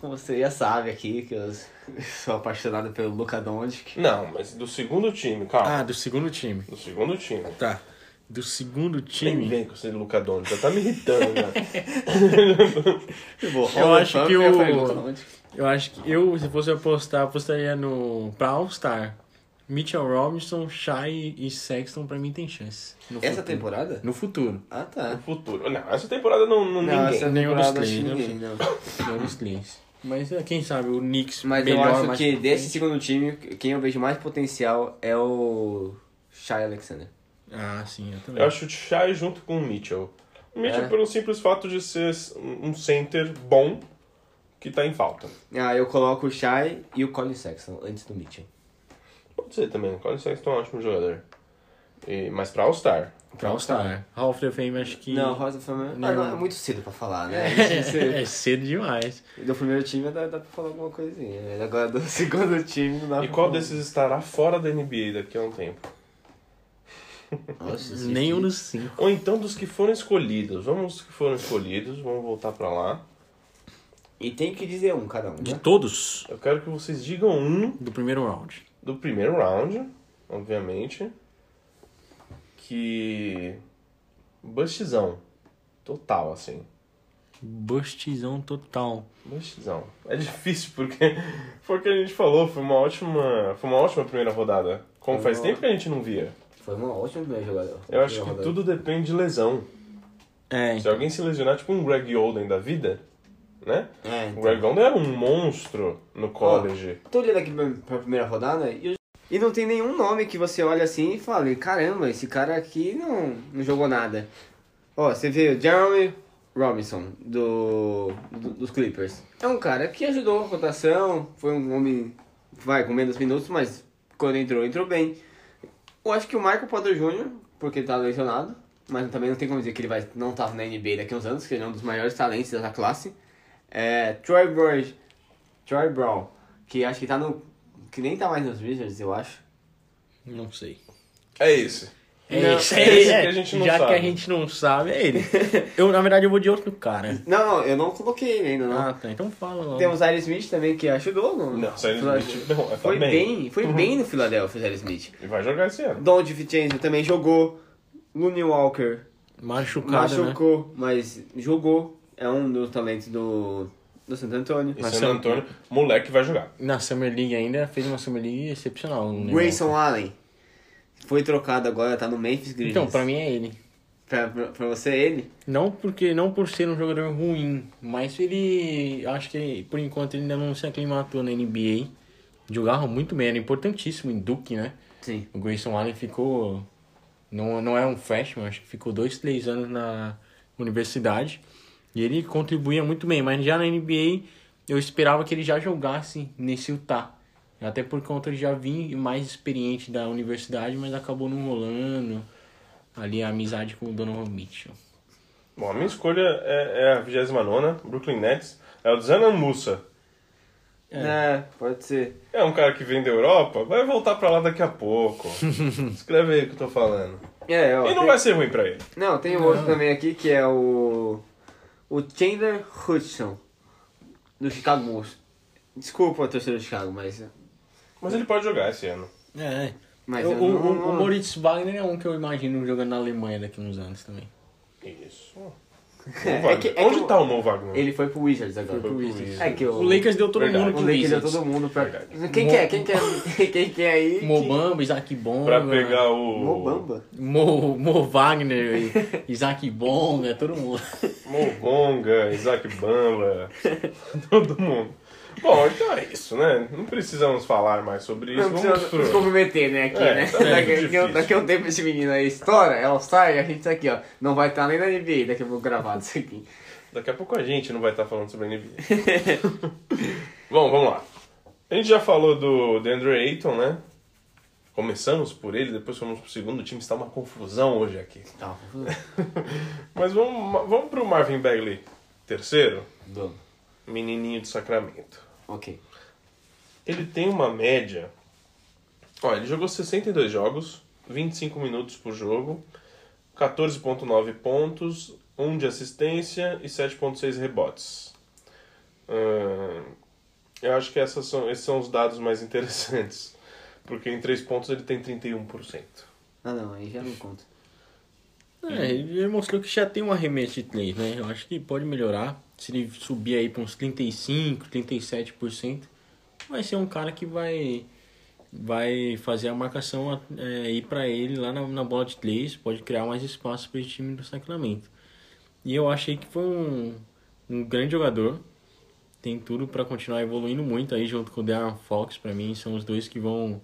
Como você já sabe aqui, que eu sou apaixonado pelo Luka Doncic. Não, mas do segundo time, calma. Ah, do segundo time. Do segundo time. Tá. Do segundo Nem time. vem com esse Luca Doncic, já tá me irritando, né? <laughs> Bom, Eu acho que o- Luka Doncic. Eu acho que eu, se fosse apostar, apostaria no. Pra All-Star. Mitchell Robinson, Shai e Sexton, pra mim, tem chance. No Essa futuro. temporada? No futuro. Ah, No tá. futuro. Não, essa temporada não, não, ninguém. essa Nenhum dos temporada acho que três, né? ninguém, não. Não os clientes. Mas é, quem sabe o Knicks Mas melhor, eu acho mais que potente. desse segundo time, quem eu vejo mais potencial é o Shai Alexander. Ah, sim, eu também. Eu acho o Shai junto com o Mitchell. O Mitchell É. pelo simples fato de ser um um center bom que tá em falta. Ah, eu coloco o Shai e o Colin Sexton antes do Mitchell. Pode ser também, o Colin Sexton é um ótimo jogador. E, mas pra All-Star. Pra All-Star. né? Hall of the Fame, acho que. <laughs> Não, Rosa foi ah, Não. não, é muito cedo pra falar, né? <laughs> é cedo demais. Do primeiro time dá, dá pra falar alguma coisinha. mas Agora do <laughs> segundo time não dá E pra qual falar. desses estará fora da NBA daqui a um tempo? Nossa, esse Nenhum time. dos cinco. Ou então dos que foram escolhidos. Vamos dos que foram escolhidos, vamos voltar pra lá. E tem que dizer um cada um, De né? todos Eu quero que vocês digam um do primeiro round. do primeiro round, obviamente, que bustzão total assim. Bustizão total. Bustzão. É difícil porque <laughs> foi o que a gente falou, foi uma ótima, foi uma ótima primeira rodada. Como Foi faz uma- tempo que a gente não via. Foi uma ótima primeira jogada. Eu acho que tudo depende de lesão. É, Se alguém se lesionar, tipo um Greg Oden da vida, né? É, O então. Greg Oden era um monstro no college. Tô olhando aqui pra, pra primeira rodada e, eu- e não tem nenhum nome que você olha assim e fale, caramba, esse cara aqui não, não jogou nada. Ó, você vê o Jeremy Robinson, do, do- dos Clippers. É um cara que ajudou a rotação, foi um homem, vai, com menos minutos, mas quando entrou, entrou bem. Eu acho que o Michael Potter Jr., porque ele tá lesionado, mas também não tem como dizer que ele vai não tá na NBA daqui a uns anos, que ele é um dos maiores talentos dessa classe. É, Troy Burge, Troy Brown, que acho que tá no. que nem tá mais nos Wizards, eu acho. não sei. É esse. É Não, isso, é esse é, que a gente não Já sabe. que a gente não sabe, é ele. Eu, na verdade, eu vou de outro cara. Não, não, eu não coloquei ele ainda, não. Ah, tá. Então fala logo. Tem o Zaire Smith também que ajudou no. Não, Zaire Philadelphia. Smith não, tá Foi bem. bem, foi bem no Philadelphia, Zaire Smith. E vai jogar esse ano. Don DiVincenzo também jogou. Looney Walker Um Machucado, né? machucou, mas jogou. É um dos talentos do, do Santo Antônio. E Mas San são- é Antônio, moleque vai jogar. Na Summer League ainda, fez uma Summer League excepcional. né? Grayson Allen. Foi trocado agora, tá no Memphis Grizzlies. Então, pra mim é ele. Pra, pra, pra você é ele? Não porque não por ser um jogador ruim, mas ele acho que por enquanto ele ainda não se aclimatou na NBA. Jogava muito bem, era importantíssimo em Duke, né? Sim. O Grayson Allen ficou não não é um freshman, acho que ficou dois três anos na universidade e ele contribuía muito bem, mas já na NBA eu esperava que ele já jogasse nesse Utah. Até por conta de já vir mais experiente da universidade, mas acabou não rolando. Ali a amizade com o Donovan Mitchell. Bom, a minha escolha é, é a 29 Brooklyn Nets. É o Zanan Musa. É, pode ser. É um cara que vem da Europa, vai voltar pra lá daqui a <laughs> pouco. Escreve aí o que eu tô falando. É, ó, E não tem- vai ser ruim pra ele. Não, tem um outro também aqui que é o. O Chandler Hudson, do Chicago Bulls. É, Desculpa, torcedor do Chicago, mas. Mas ele pode jogar esse ano. É. mas o, eu o- não- o- o não- Moritz Wagner é um que eu imagino jogando na Alemanha daqui a uns anos também. Isso. É, Mo é que- Wagner. é Onde que o- tá o Mo Wagner? Ele foi pro Wizards agora. Foi pro Wizards. É que o. O Lakers deu todo Verdade. mundo o pro Lakers deu Wizards. todo mundo pra. Verdade. <laughs> Quem Mo- quer? Quem quer? Quem quer aí? que- Mobamba, Isaac Bonga. Pra pegar o... Mobamba? Mo, Mo Wagner, e Isaac Bonga, todo mundo. Mongonga, Isaac Bamba, <laughs> todo mundo. Bom, então é isso, né? Não precisamos falar mais sobre isso. Não precisa Vamos nos pro... comprometer, né? Aqui, É, né? tá bem <laughs> daqui, daqui a- difícil. daqui a um tempo esse menino aí estoura, ela sai e a gente tá aqui, ó. Não vai estar nem na NBA, daqui a pouco gravado isso aqui. tá <laughs> Daqui a pouco a gente não vai estar falando sobre a NBA. Bom, vamos lá. A gente já falou do DeAndre Ayton, né? Começamos por ele, depois fomos pro segundo time. Está uma confusão hoje aqui. Tá, Mas vamos, vamos pro Marvin Bagley, terceiro, dono. menininho de Sacramento. Ok. Ele tem uma média. Ó, ele jogou 62 jogos, 25 minutos por jogo, 14,9 pontos, 1 de assistência e 7,6 rebotes. Ahn, eu acho que essas são, esses são os dados mais interessantes. Porque em 3 pontos ele tem 31%. Ah, não, aí já não conta. É, ele mostrou que já tem um arremesso de 3, né? Eu acho que pode melhorar. Se ele subir aí para uns 35, 37%, vai ser um cara que vai vai fazer a marcação é, ir para ele lá na, na bola de 3, pode criar mais espaço para esse time do Sacramento. E eu achei que foi um, um grande jogador. Tem tudo para continuar evoluindo muito aí junto com o Darren Fox, para mim são os dois que vão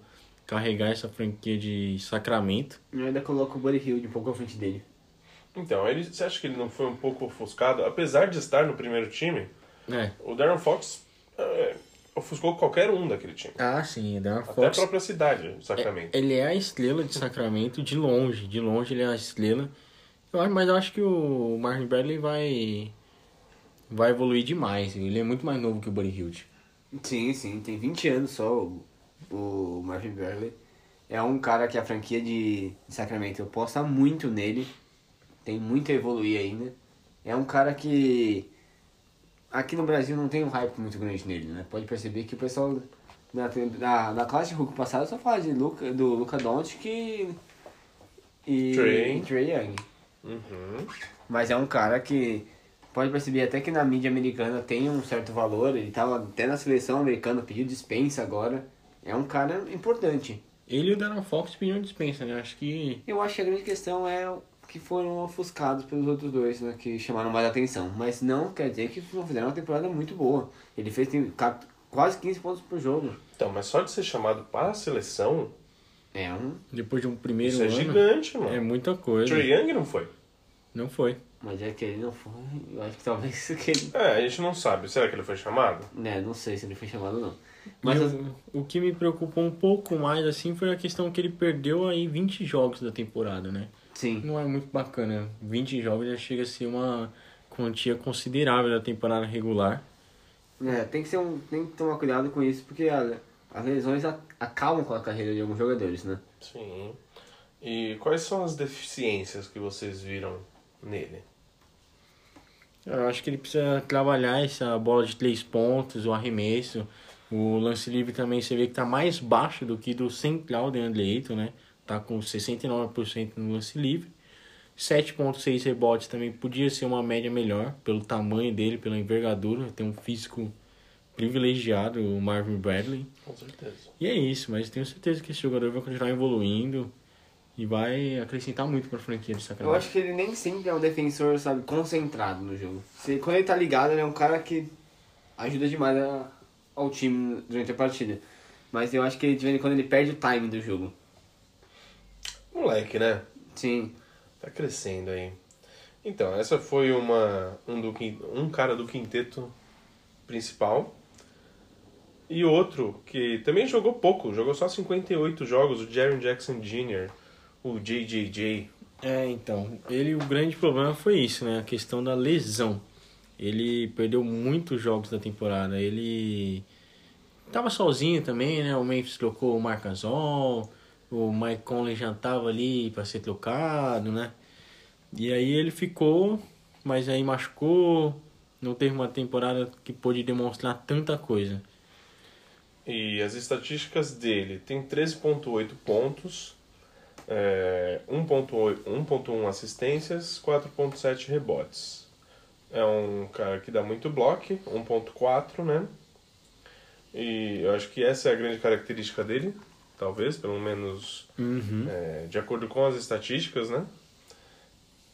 carregar essa franquia de Sacramento. Eu ainda coloco o Buddy Hill um pouco à frente dele. Então, ele, você acha que ele não foi um pouco ofuscado? Apesar de estar no primeiro time, É. o Darren Fox é, ofuscou qualquer um daquele time. Ah, sim, o Darren Até a Fox. própria cidade, o Sacramento. Ele é a estrela de Sacramento de longe, de longe ele é a estrela. Eu acho- mas eu acho que o Marvin Bradley vai vai evoluir demais. Ele é muito mais novo que o Buddy Hilde. Sim, sim, tem 20 anos só o, o Marvin Bagley. É um cara que a franquia de Sacramento aposta muito nele. Tem muito a evoluir ainda. É um cara que aqui no Brasil não tem um hype muito grande nele, né? Pode perceber que o pessoal na, na, na classe de Hulk passada só fala de Luca, do Luca Doncic e, e Trae. e Trae Young. Uhum. Mas é um cara que pode perceber até que na mídia americana tem um certo valor. Ele tava até na seleção americana, pediu dispensa agora. É um cara importante. Ele e o Darren Fox pediram dispensa, né? Acho que Eu acho que a grande questão é que foram ofuscados pelos outros dois, né? Que chamaram mais atenção. Mas não quer dizer que não fizeram uma temporada muito boa. Ele fez tem, ca- quase 15 pontos por jogo. Então, mas só de ser chamado para a seleção, É um. depois de um primeiro isso é ano gigante, mano. é muita coisa. Trae Young não foi. Não foi. Mas é que ele não foi. Eu acho que talvez <laughs> que ele. É, a gente não sabe. Será que ele foi chamado? Né, não sei se ele foi chamado ou não. Mas assim, Mas o, o que me preocupou um pouco mais assim foi a questão que ele perdeu aí 20 jogos da temporada, né? sim. Não é muito bacana. 20 jogos já chega a ser uma quantia considerável da temporada regular. É, tem que, ser um, tem que tomar cuidado com isso, porque a- as lesões a- acabam com a carreira de alguns jogadores, né? Sim. E quais são as deficiências que vocês viram nele? Eu acho que ele precisa trabalhar essa bola de três pontos, o arremesso. O lance livre também você vê que tá mais baixo do que do central de André Ayton, né? Tá com 69% no lance livre. 7.6 rebotes também podia ser uma média melhor, pelo tamanho dele, pela envergadura. Tem um físico privilegiado, o Marvin Bradley. Com certeza. E é isso, mas tenho certeza que esse jogador vai continuar evoluindo e vai acrescentar muito pra franquia de Eu Sacramento. acho que ele nem sempre é um defensor, sabe, concentrado no jogo. Se, quando ele tá ligado, ele é um cara que ajuda demais a- ao time durante a partida. Mas eu acho que ele, de vez em quando ele perde o time do jogo. Moleque, né? Sim. Tá crescendo aí. Então, essa foi uma um, do, quin- um cara do quinteto principal. E outro que também jogou pouco, jogou só 58 jogos, o Jerry Jackson Jr., o JJJ. É, então, ele o grande problema foi isso, né? A questão da lesão. Ele perdeu muitos jogos da temporada. Ele tava sozinho também, né? O Memphis trocou o Marcasol, o Mike Conley já tava ali para ser trocado, né? E aí ele ficou, mas aí machucou, não teve uma temporada que pôde demonstrar tanta coisa. E as estatísticas dele tem 13.8 pontos, é, 1.8 1.1 assistências, 4.7 rebotes. É um cara que dá muito bloco, 1.4, né? E eu acho que essa é a grande característica dele, talvez, pelo menos é, de acordo com as estatísticas, né?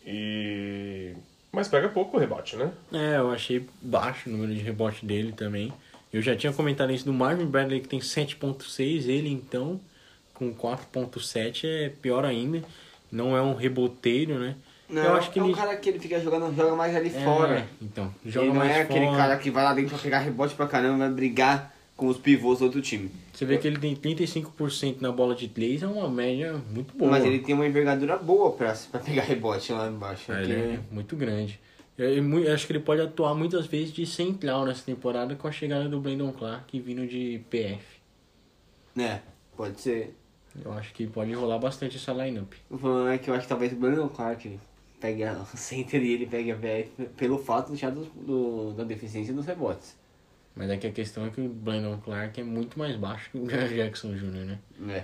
E... Mas pega pouco rebote, né? É, eu achei baixo o número de rebote dele também. Eu já tinha comentado isso do Marvin Bradley, que tem 7.6, ele então com 4.7 é pior ainda. Não é um reboteiro, né? eu acho que é um ele cara que ele fica jogando, joga mais ali é, fora. Então, joga ele não mais é aquele fora. cara que vai lá dentro pra pegar rebote pra caramba, vai brigar com os pivôs do outro time. Você vê que ele tem 35% na bola de 3, é uma média muito boa. Mas ele tem uma envergadura boa pra, pra pegar rebote lá embaixo. É, porque- ele é muito grande. Eu, eu mu- eu acho que ele pode atuar muitas vezes de central nessa temporada com a chegada do Brandon Clark vindo de PF. É, pode ser. Eu acho que pode rolar bastante essa lineup. O problema é que eu acho que talvez o Brandon Clark pegue a <laughs> o center e ele pegue a BF pelo fato já do, do- da deficiência dos rebotes. Mas é que a questão é que o Brandon Clark é muito mais baixo que o Jair Jackson Jr., né? É.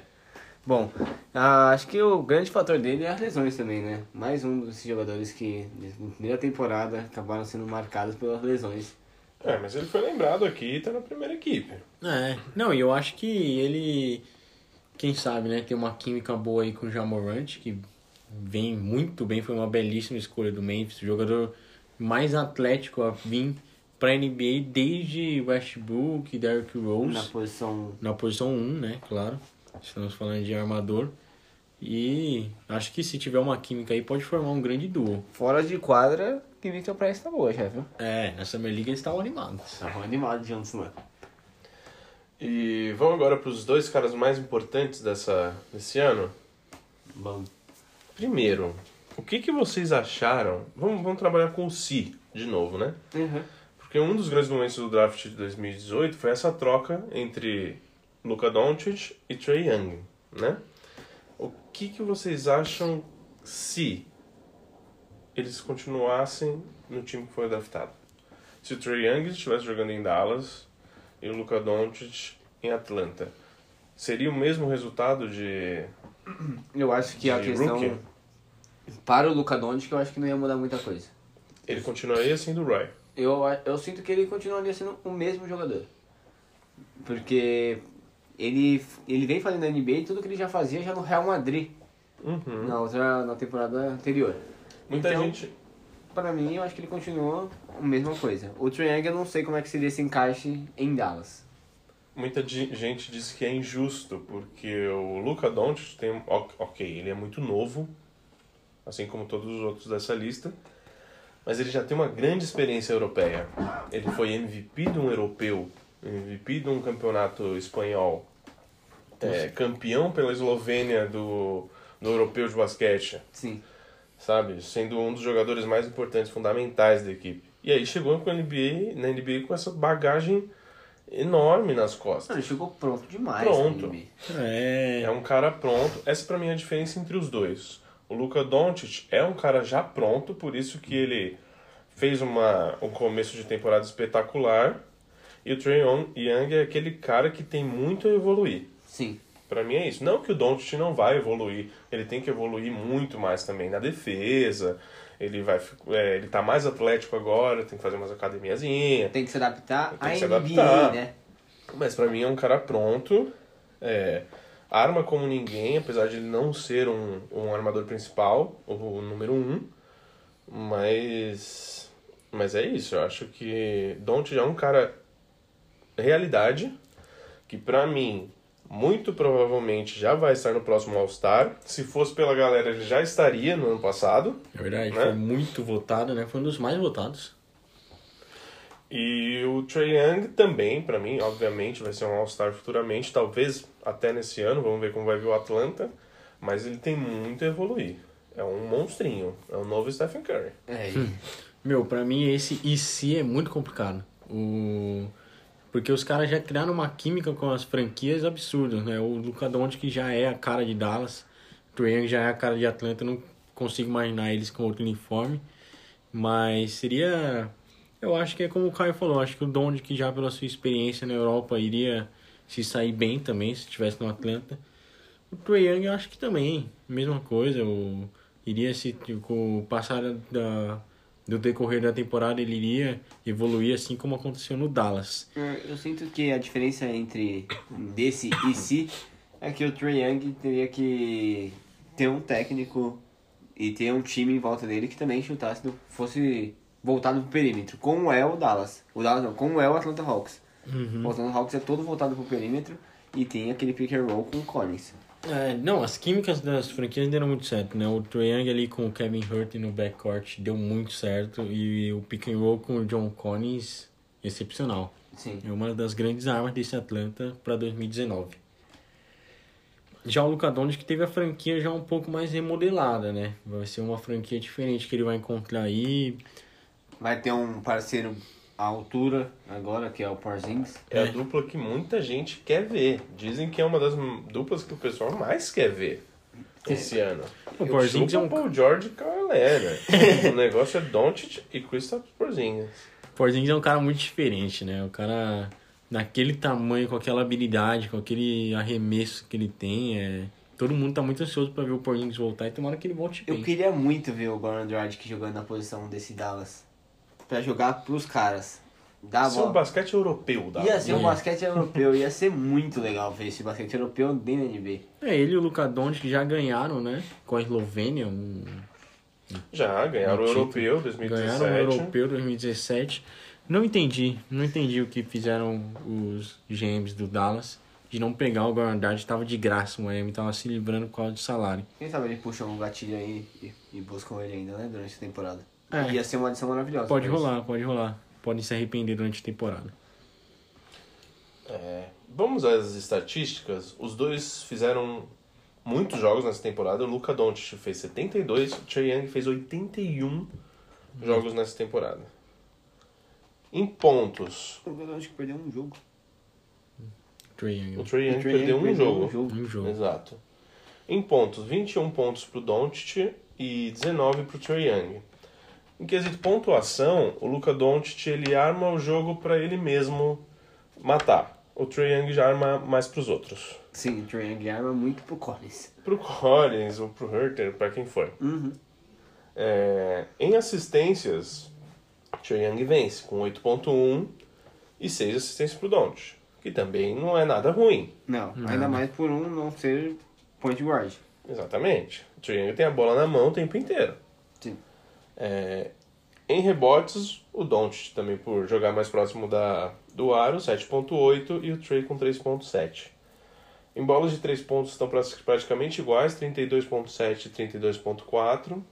Bom, ah, acho que o grande fator dele é as lesões também, né? Mais um desses jogadores que na primeira temporada acabaram sendo marcados pelas lesões. É, mas ele foi lembrado aqui e tá na primeira equipe. É. Não, e eu acho que ele, quem sabe, né, tem uma química boa aí com o Jamorant, que vem muito bem, foi uma belíssima escolha do Memphis, o jogador mais atlético a vir pra NBA desde Westbrook, Derrick Rose. Na posição. na posição 1, né? Claro. Estamos falando de armador. E acho que se tiver uma química aí, pode formar um grande duo. Fora de quadra, que Victor Price tá boa já, viu? É, nessa minha liga eles estavam animados. Estavam animados juntos lá. E vamos agora para os dois caras mais importantes dessa, desse ano. Bom. Primeiro, o que, que vocês acharam? Vamos, vamos trabalhar com o Si de novo, né? Uhum. Porque um dos grandes momentos do draft de 2018 foi essa troca entre Luka Doncic e Trey Young, né? O que, que vocês acham se eles continuassem no time que foi draftado? Se o Trey Young estivesse jogando em Dallas e o Luka Doncic em Atlanta, seria o mesmo resultado de Eu acho que a De questão. rookie? Para o Luca Doncic, eu acho que não ia mudar muita coisa. ele continuaria sendo o Roy? Eu, a- eu sinto que ele continuaria sendo o mesmo jogador. Porque ele, ele vem fazendo na NBA tudo que ele já fazia já no Real Madrid, Uhum. na outra na temporada anterior. Muita Então- gente Para mim, eu acho que ele continua a mesma coisa. O Triang, eu não sei como é que seria esse encaixe em Dallas. Muita di- gente diz que é injusto, porque o Luca Doncic tem... o- Ok, ele é muito novo, assim como todos os outros dessa lista, mas ele já tem uma grande experiência europeia. Ele foi MVP de um europeu, MVP de um campeonato espanhol, é, campeão pela Eslovênia do, do europeu de basquete, Sim. sabe? Sendo um dos jogadores mais importantes, fundamentais da equipe. E aí chegou com a NBA, na NBA com essa bagagem enorme nas costas. Não, ele chegou pronto demais. Pronto. na NBA. É. É um cara pronto. Essa pra mim é a diferença entre os dois. O Luka Doncic é um cara já pronto, por isso que ele fez uma, um começo de temporada espetacular. E o Trae Young- Young é aquele cara que tem muito a evoluir. Sim. Pra mim é isso. Não que o Doncic não vai evoluir, ele tem que evoluir muito mais também na defesa. Ele vai, fi- é, ele tá mais atlético agora, tem que fazer umas academiazinhas. Tem que se adaptar Tem à que se NBA, adaptar. né? Mas pra mim é um cara pronto, é, arma como ninguém, apesar de ele não ser um, um armador principal, o, o número um. Mas, mas é isso, eu acho que Don't é um cara realidade, que pra mim, muito provavelmente já vai estar no próximo All-Star. Se fosse pela galera, ele já estaria no ano passado. Na é verdade, Né? foi muito votado, né? Foi um dos mais votados. E o Trae Young também, pra mim, obviamente, vai ser um All-Star futuramente, talvez até nesse ano, vamos ver como vai vir o Atlanta, mas ele tem muito a evoluir. É um monstrinho, é um novo Stephen Curry. É, Meu, pra mim esse e se é muito complicado. O... Porque os caras já criaram uma química com as franquias absurdas, né? O Luca Doncic que já é a cara de Dallas, o Trae Young já é a cara de Atlanta, eu não consigo imaginar eles com outro uniforme. Mas seria... Eu acho que é como o Caio falou, acho que o Doncic que já pela sua experiência na Europa iria se sair bem também, se estivesse no Atlanta. O Trae Young eu acho que também, mesma coisa, o, iria se, tipo, com o passar da, do decorrer da temporada, ele iria evoluir assim como aconteceu no Dallas. Eu eu sinto que a diferença entre desse e si é que o Trae Young teria que ter um técnico e ter um time em volta dele que também chutasse, do- fosse voltado pro perímetro, como é o Dallas. O Dallas não, como é o Atlanta Hawks. O Atlanta Hawks é todo voltado pro perímetro e tem aquele pick and roll com o Collins. É, não, as químicas das franquias deram muito certo, né? O Trae Young ali com o Kevin Hurt no backcourt deu muito certo e o pick and roll com o John Collins, excepcional. Sim. É uma das grandes armas desse Atlanta para 2019. Já o Luka Doncic teve a franquia já um pouco mais remodelada, né? Vai ser uma franquia diferente que ele vai encontrar aí. Vai ter um parceiro à altura agora, que é o Porzingis. É a dupla que muita gente quer ver. Dizem que é uma das m- duplas que o pessoal mais quer ver esse ano. O Porzingis é Chupa um Paul George e Kawhi Leonard. <laughs> o negócio é Doncic e Kristaps Porzingis. Porzingis é um cara muito diferente, né? O cara daquele tamanho, com aquela habilidade, com aquele arremesso que ele tem, é... todo mundo tá muito ansioso pra ver o Porzingis voltar e tomara que ele volte Eu bem. queria muito ver o Goran Dragic jogando na posição desse Dallas. Pra jogar pros caras. Dar a Isso é um bola. basquete europeu, dá. né? Ia ser um É. <laughs> basquete europeu. Ia ser muito legal ver esse basquete europeu dentro da NBA. É, ele e o Luka Doncic já ganharam, né? Com a Eslovênia, um... Já, ganharam o Título. europeu ganharam o 2017. Europeu 2017. Não entendi, não entendi o que fizeram os GMs do Dallas de não pegar o Goran Dragic, tava de graça, o Miami tava se livrando por causa de salário. Quem sabe ele puxa um gatilho aí e, e buscam ele ainda, né? Durante a temporada. É. Ia ser uma adição maravilhosa. Pode pra eles. rolar, pode rolar. Podem se arrepender durante a temporada. É. Vamos às estatísticas. Os dois fizeram muitos jogos nessa temporada. O Luka Doncic fez 72, o Trae Young fez 81 jogos nessa temporada. Em pontos, O Goran Dragic perdeu um jogo. Trae o Young. Trae Young O Trae perdeu Young um jogo. Um jogo. Exato. Em pontos, 21 pontos pro Doncic e 19 pro Trae Young. Em quesito pontuação, o Luka Doncic ele arma o jogo para ele mesmo matar. O Trae Young já arma mais pros outros. Sim, o Trae Young arma muito pro Collins. Pro Collins ou pro Herter, pra quem for. Uhum. É, em assistências, Trae Young vence com 8.1 e 6 assistências pro Doncic, que também não é nada ruim. Não, ainda mais por um não ser point guard. Exatamente. O Trae Young tem a bola na mão o tempo inteiro. Sim. É, em rebotes, o Doncic também por jogar mais próximo da, do aro, 7.8 e o Trey com 3.7. Em bolas de 3 pontos estão pras- praticamente iguais, 32.7 e 32.4.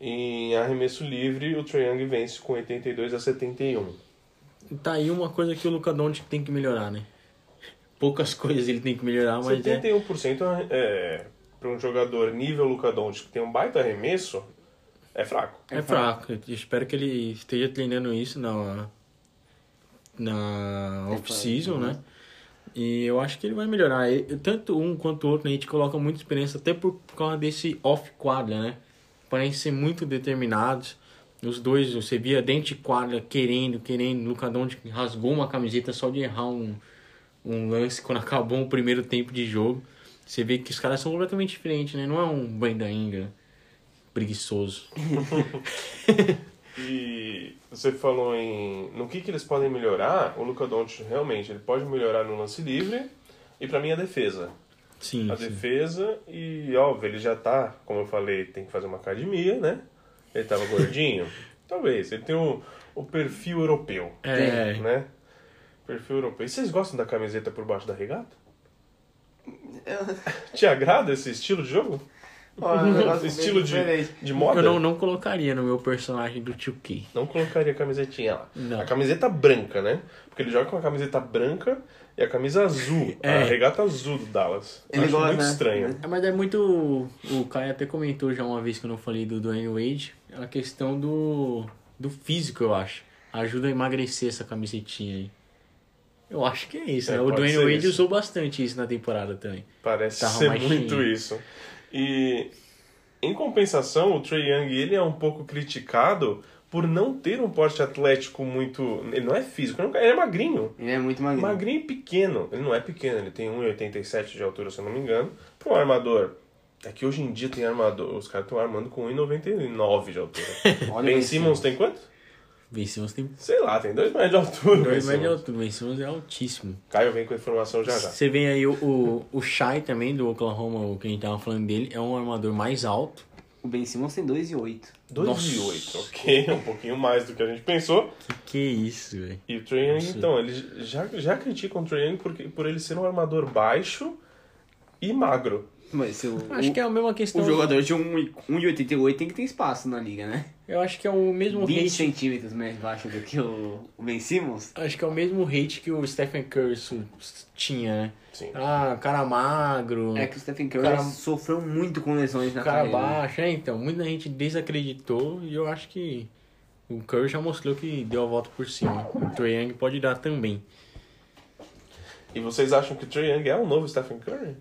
Em arremesso livre, o Trae Young vence com 82 a 71. Tá aí uma coisa que o Luka Doncic tem que melhorar, né? Poucas coisas ele tem que melhorar, mas é... 71% é, para um jogador nível Luka Doncic que tem um baita arremesso, é fraco. É fraco. Eu espero que ele esteja treinando isso na, na off-season, né? E eu acho que ele vai melhorar. E- e Tanto um quanto o outro, né, a gente coloca muita experiência, até por causa desse off-quadra, né? Parecem ser muito determinados. Os dois, você via dente e quadra querendo, querendo. Luka Doncic rasgou uma camiseta só de errar um, um lance quando <laughs> acabou o primeiro tempo de jogo. Você vê que os caras são completamente diferentes, né? Não é um Banda Inga preguiçoso. E você falou em no que, que eles podem melhorar. O Luka Doncic realmente ele pode melhorar no lance livre e pra mim a defesa. Sim, A sim. defesa e óbvio, ele já tá, como eu falei, tem que fazer uma academia, né? Ele tava <laughs> gordinho. Talvez, ele tem o, o perfil europeu, É, né? Perfil europeu. E vocês gostam da camiseta por baixo da regata? Te agrada esse estilo de <laughs> jogo? Ah, Ó, é um negócio bem estilo de, diferente. de moda? eu não, não colocaria no meu personagem do 2K. Não colocaria a camisetinha lá. Não. A camiseta branca, né? Porque ele joga com a camiseta branca e a camisa azul. É. A regata azul do Dallas. Ele Acho gosta, muito né? estranho. É, mas é muito. O Kai até comentou já uma vez que eu não falei do Dwayne Wade, a questão do, do físico, eu acho. Ajuda a emagrecer essa camisetinha aí. Eu acho que é isso, É, né? O pode Dwayne ser Wade isso. usou bastante isso na temporada também. Parece Tá ser arrumadinho. muito isso. E em compensação, o Trae Young ele é um pouco criticado por não ter um porte atlético muito. Ele não é físico, ele é um cara- ele é magrinho. Ele é muito magrinho. Magrinho e pequeno. Ele não é pequeno, ele tem 1,87 de altura, se eu não me engano. Pra um armador. É que hoje em dia tem armador. Os caras estão armando com 1,99 <laughs> de altura. Olha ben o Ben Simmons tem quanto? Vencemos tem. Sei lá, tem 2 metros de altura. Ben Dois Simmons. metros de altura, vencemos é altíssimo. Caio vem com a informação já já. Você vê aí o, o, o Shai também, do Oklahoma, o que a gente tava falando dele, é um armador mais alto. O Ben Simmons tem 2 e 8. 2,8, ok. <laughs> Um pouquinho mais do que a gente pensou. Que é isso, velho. E o Trae Young, Sim. então, eles já, já criticam o Trae Young porque, por ele ser um armador baixo e magro. Mas se o, Acho o- que é a mesma questão. o jogador de 1 1,88 tem que ter espaço na liga, né? Eu acho que é o mesmo 20 hate. centímetros mais baixo do que o, o Ben Simmons. Acho que é o mesmo hate que o Stephen Curry su- tinha, né? Sim. Ah, cara magro. É que o Stephen Curry Cara- sofreu muito com lesões na cara carreira. baixo, é, então, muita gente desacreditou e eu acho que o Curry já mostrou que deu a volta por cima. O Trae Young pode dar também. E vocês acham que o Trae Young é o novo Stephen Curry?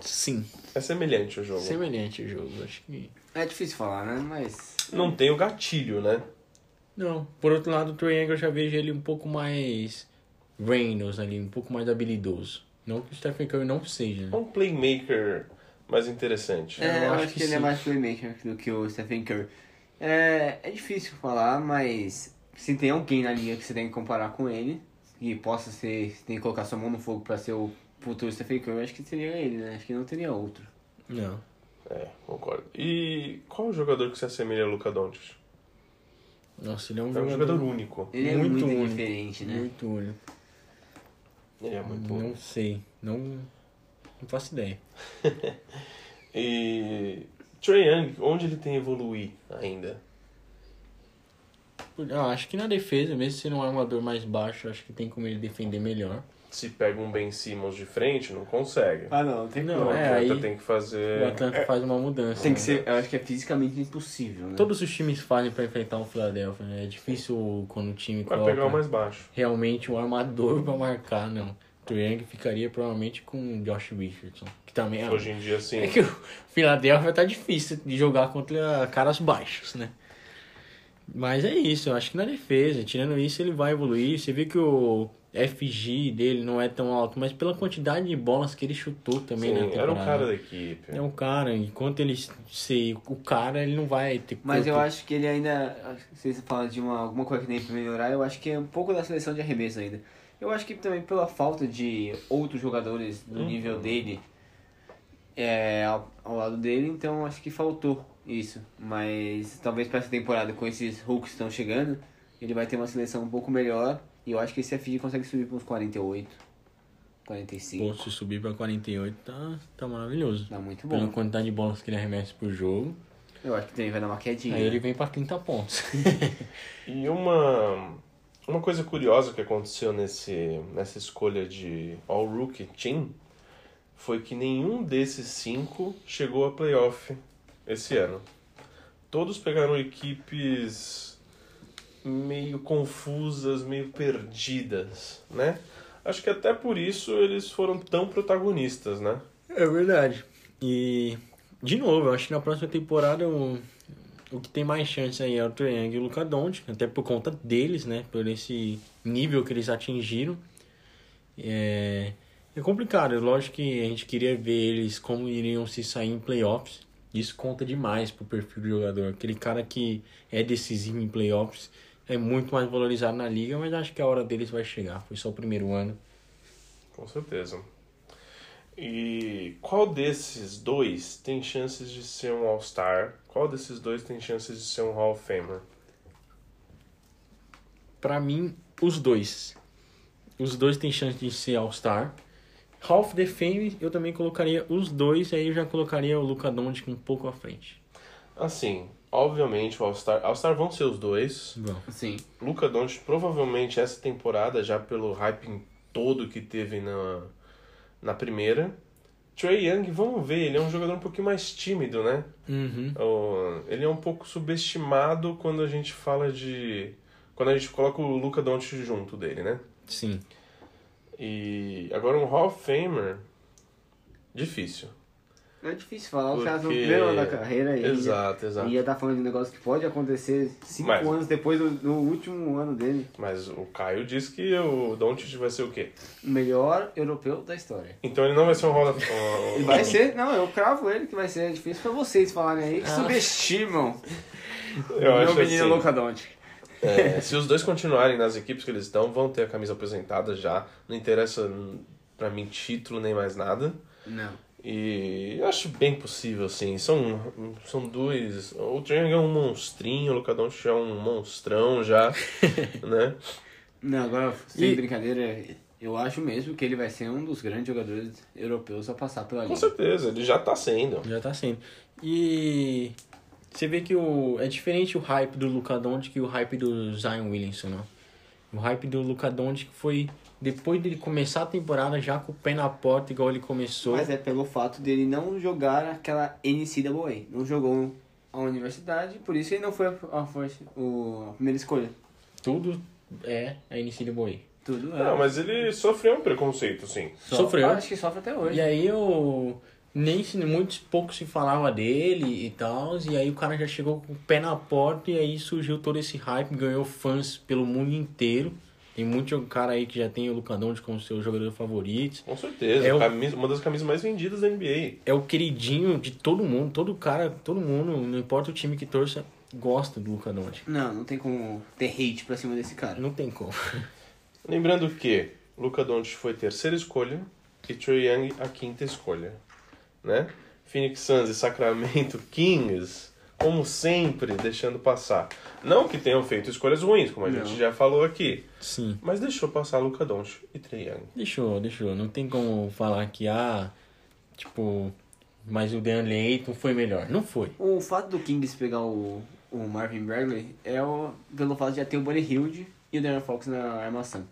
Sim. É semelhante o jogo. Semelhante o jogo, acho que. É difícil falar, né? Mas. Não tem o gatilho, né? Não, por outro lado, o Trae Young eu já vejo ele um pouco mais Reynolds ali, um pouco mais habilidoso. Não que o Stephen Curry não seja, É né? um playmaker mais interessante. É, eu acho que, ele é sim. mais playmaker do que o Stephen Curry. É, é difícil falar, mas se tem alguém na liga que você tem que comparar com ele, e possa ser, você tem que colocar sua mão no fogo pra ser o futuro Stephen Curry, acho que seria ele, né? Acho que não teria outro. Não. É, concordo. E qual o jogador que se assemelha a Luca Doncic? Nossa, ele é um É um jogador único. Ele Muito é muito único. diferente, né? Muito único. Ele é muito único. Não sei. Não, não faço ideia. E Trae Young, onde ele tem a evoluir ainda? Ah, acho que na defesa, mesmo se não é um armador mais baixo, acho que tem como ele defender melhor. Se pega um Ben Simmons de frente, não consegue. Ah, não, tem Não, Então, é, o Atlanta aí- tem que O fazer. Atlanta faz uma mudança. É, Tem que né? ser, eu acho que é fisicamente impossível, né? Todos os times fazem pra enfrentar o Philadelphia, né? É difícil quando o time Vai coloca pegar o mais baixo. realmente um armador <laughs> pra marcar, não. Triang ficaria provavelmente com o Josh Richardson, que também é... Hoje em dia, sim. É que o Philadelphia tá difícil de jogar contra caras baixos, né? Mas é isso, eu acho que na defesa, tirando isso, ele vai evoluir. Você vê que o FG dele não é tão alto, mas pela quantidade de bolas que ele chutou também, né? Sim, era o cara da equipe. né? É um cara, enquanto ele ser o cara, ele não vai ter Mas eu corpo. acho que ele ainda. Vocês falam de uma, alguma coisa que tem pra melhorar, eu acho que é um pouco da seleção de arremesso ainda. Eu acho que também pela falta de outros jogadores do Uhum. nível dele é, ao, ao lado dele, então acho que faltou isso. Mas talvez pra essa temporada, com esses Hulks que estão chegando, ele vai ter uma seleção um pouco melhor. E eu acho que esse FG consegue subir pra uns 48, 45. Pô, se subir pra 48, tá, tá maravilhoso. Dá muito Pela bom. quantidade de bolas que ele arremessa por jogo, Eu acho que também vai dar uma quedinha. aí ele vem pra 30 pontos. E uma, uma coisa curiosa que aconteceu nesse, nessa escolha de All Rookie Team foi que nenhum desses cinco chegou a playoff esse ano. Todos pegaram equipes meio confusas, meio perdidas, né? Acho que até por isso eles foram tão protagonistas, né? É verdade. E, de novo, eu acho que na próxima temporada o, o que tem mais chance aí é o Triangle e o Luka Doncic, até por conta deles, né? Por esse nível que eles atingiram. É, é complicado, lógico que a gente queria ver eles como iriam se sair em playoffs. Isso conta demais pro perfil do jogador. Aquele cara que é decisivo em playoffs é muito mais valorizado na liga, mas acho que a hora deles vai chegar. Foi só o primeiro ano. Com certeza. E qual desses dois tem chances de ser um All-Star? Qual desses dois tem chances de ser um Hall of Famer? Pra mim, os dois. Os dois têm chance de ser All-Star. Half the Fame, eu também colocaria os dois, aí eu já colocaria o Luca Doncic um pouco à frente. Assim, obviamente o All-Star, All-Star vão ser os dois. Bom. Sim. Luca Doncic provavelmente essa temporada já pelo hype todo que teve na na primeira. Trey Young, vamos ver, ele é um jogador um pouquinho mais tímido, né? Uhum. O- Ele é um pouco subestimado quando a gente fala de quando a gente coloca o Luca Doncic junto dele, né? Sim. E agora um Hall of Famer, difícil. É difícil falar, o cara tá no Porque- primeiro ano da carreira e Exato, exato. É, ia tá falando de um negócio que pode acontecer cinco Mas- anos depois do, do último ano dele. Mas o Caio disse que o Doncic vai ser o quê? O melhor europeu da história. Então ele não vai ser um Hall of <laughs> Famer. E vai ser, não, eu cravo ele que vai ser. É difícil pra vocês falarem aí que subestimam Eu o acho meu menino assim, Locadonte. é, se os dois continuarem nas equipes que eles estão, vão ter a camisa apresentada já. Não interessa hum, pra mim título nem mais nada. Não. E eu acho bem possível, assim. São, são dois. O Triangle é um monstrinho, o Lucadão é <laughs> um monstrão já, né? Não, agora, sem E- brincadeira, Eu acho mesmo que ele vai ser um dos grandes jogadores europeus a passar pela Com liga. certeza, ele já tá sendo. Já tá sendo. E você vê que o é diferente o hype do Luka Doncic que o hype do Zion Williamson, né? O hype do Luka Doncic foi depois dele começar a temporada já com o pé na porta igual ele começou. Mas é pelo fato dele não jogar aquela NCAA. Não jogou a universidade, por isso ele não foi a, a, força- o- a primeira escolha. Tudo é a NCAA. Tudo é. Não, mas ele sofreu um preconceito, sim. Só- Ah, Sofreu. Acho que sofre até hoje. E aí eu nem se muito pouco se falava dele e tal, e aí o cara já chegou com o pé na porta e aí surgiu todo esse hype, ganhou fãs pelo mundo inteiro. Tem muito cara aí que já tem o Luka Doncic como seu jogador favorito. Com certeza. É o- camisa- uma das camisas mais vendidas da NBA. é o queridinho de todo mundo, todo cara, todo mundo, não importa o time que torça, gosta do Luca Doncic. Não, não tem como ter hate pra cima desse cara. Não tem como. <laughs> Lembrando que Luca Doncic foi terceira escolha e Trae Young a quinta escolha, né? Phoenix Suns e Sacramento <laughs> Kings, como sempre, deixando passar. Não que tenham feito escolhas ruins, como a Não. gente já falou aqui, Sim. mas deixou passar Luca Doncic e Trae Young. Deixou, deixou. Não tem como falar que, ah, tipo, mas o Deandre Ayton foi melhor. Não foi. O fato do Kings pegar o, o Marvin Bagley é o, pelo fato de já ter o Buddy Hilde e o Darren Fox na armação.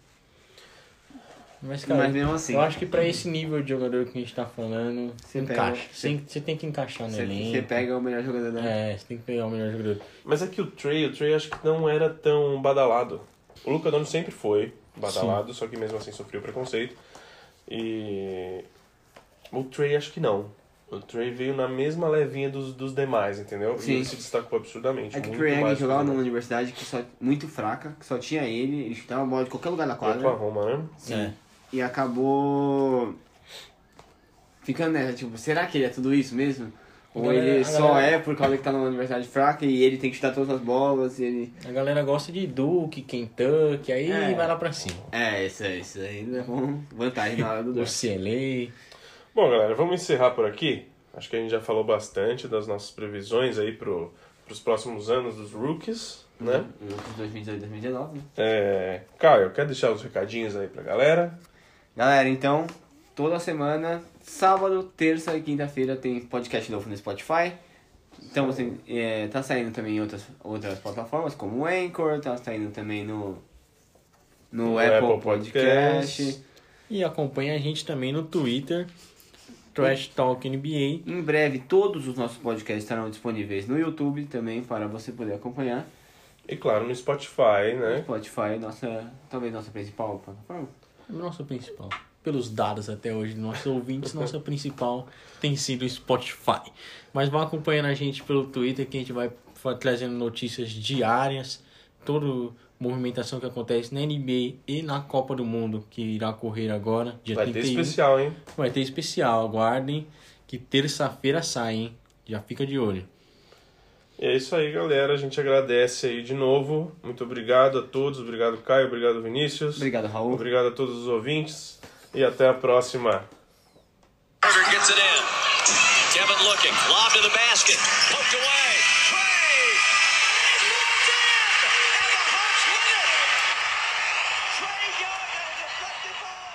Mas, cara, Mas mesmo assim. eu acho que pra esse nível de jogador que a gente tá falando, Você encaixa. pega- um- Você tem- você tem que encaixar no Você é um elenco. você pega né? o melhor jogador da É, você tem que pegar o melhor jogador. Mas é que o Trey, o Trey acho que não era tão badalado. O Luca Doncic sempre foi badalado, só que mesmo assim sofreu preconceito. E o Trey acho que não. O Trey veio na mesma levinha dos, dos demais, entendeu? E Sim. ele se destacou absurdamente. É que o muito Trae Young mais jogava que numa o universidade que só, muito fraca, que só tinha ele, ele chutava a bola de qualquer lugar da quadra. Oklahoma, né? Sim. É. E acabou ficando nessa, tipo, será que ele é tudo isso mesmo? Ou Galera, ele a só galera- é por causa que tá numa universidade fraca e ele tem que chutar todas as bolas e ele... A galera gosta de Duke, Kentucky, aí É. vai lá pra cima. É, isso, aí- isso aí levou vantagem na hora do O draft. CLA, Bom, galera, vamos encerrar por aqui. Acho que a gente já falou bastante das nossas previsões aí pro, pros próximos anos dos rookies, né? Os 2018 2019, né? É... Caio, quer deixar os recadinhos aí pra galera? Galera, então, toda semana, sábado, terça e quinta-feira tem podcast novo no Spotify. Então você é, tá saindo também em outras, outras plataformas, como o Anchor, tá saindo também no, no, Apple, podcast. E acompanha a gente também no Twitter, Trash Talk NBA. Em breve, todos os nossos podcasts estarão disponíveis no YouTube também, para você poder acompanhar. E claro, no Spotify, né? Spotify, nossa, talvez nossa principal plataforma. Nossa É principal. Pelos dados até hoje dos nossos ouvintes, nossa principal tem sido o Spotify. Mas vá acompanhando a gente pelo Twitter que a gente vai fa- trazendo notícias diárias, toda movimentação que acontece na NBA e na Copa do Mundo que irá ocorrer agora, dia Vai ter 31. especial, hein? Vai ter especial, aguardem que terça-feira sai, hein? Já fica de olho. E é isso aí, galera. A gente agradece aí de novo. Muito obrigado a todos. Obrigado, Caio. Obrigado, Vinícius. Obrigado, Raul. Obrigado a todos os ouvintes. E até a próxima. Berger gets it in. Kevin looking, lob to the basket, poked away. Trey is locked in, and the Hawks win it. Trey Young, a deflected ball.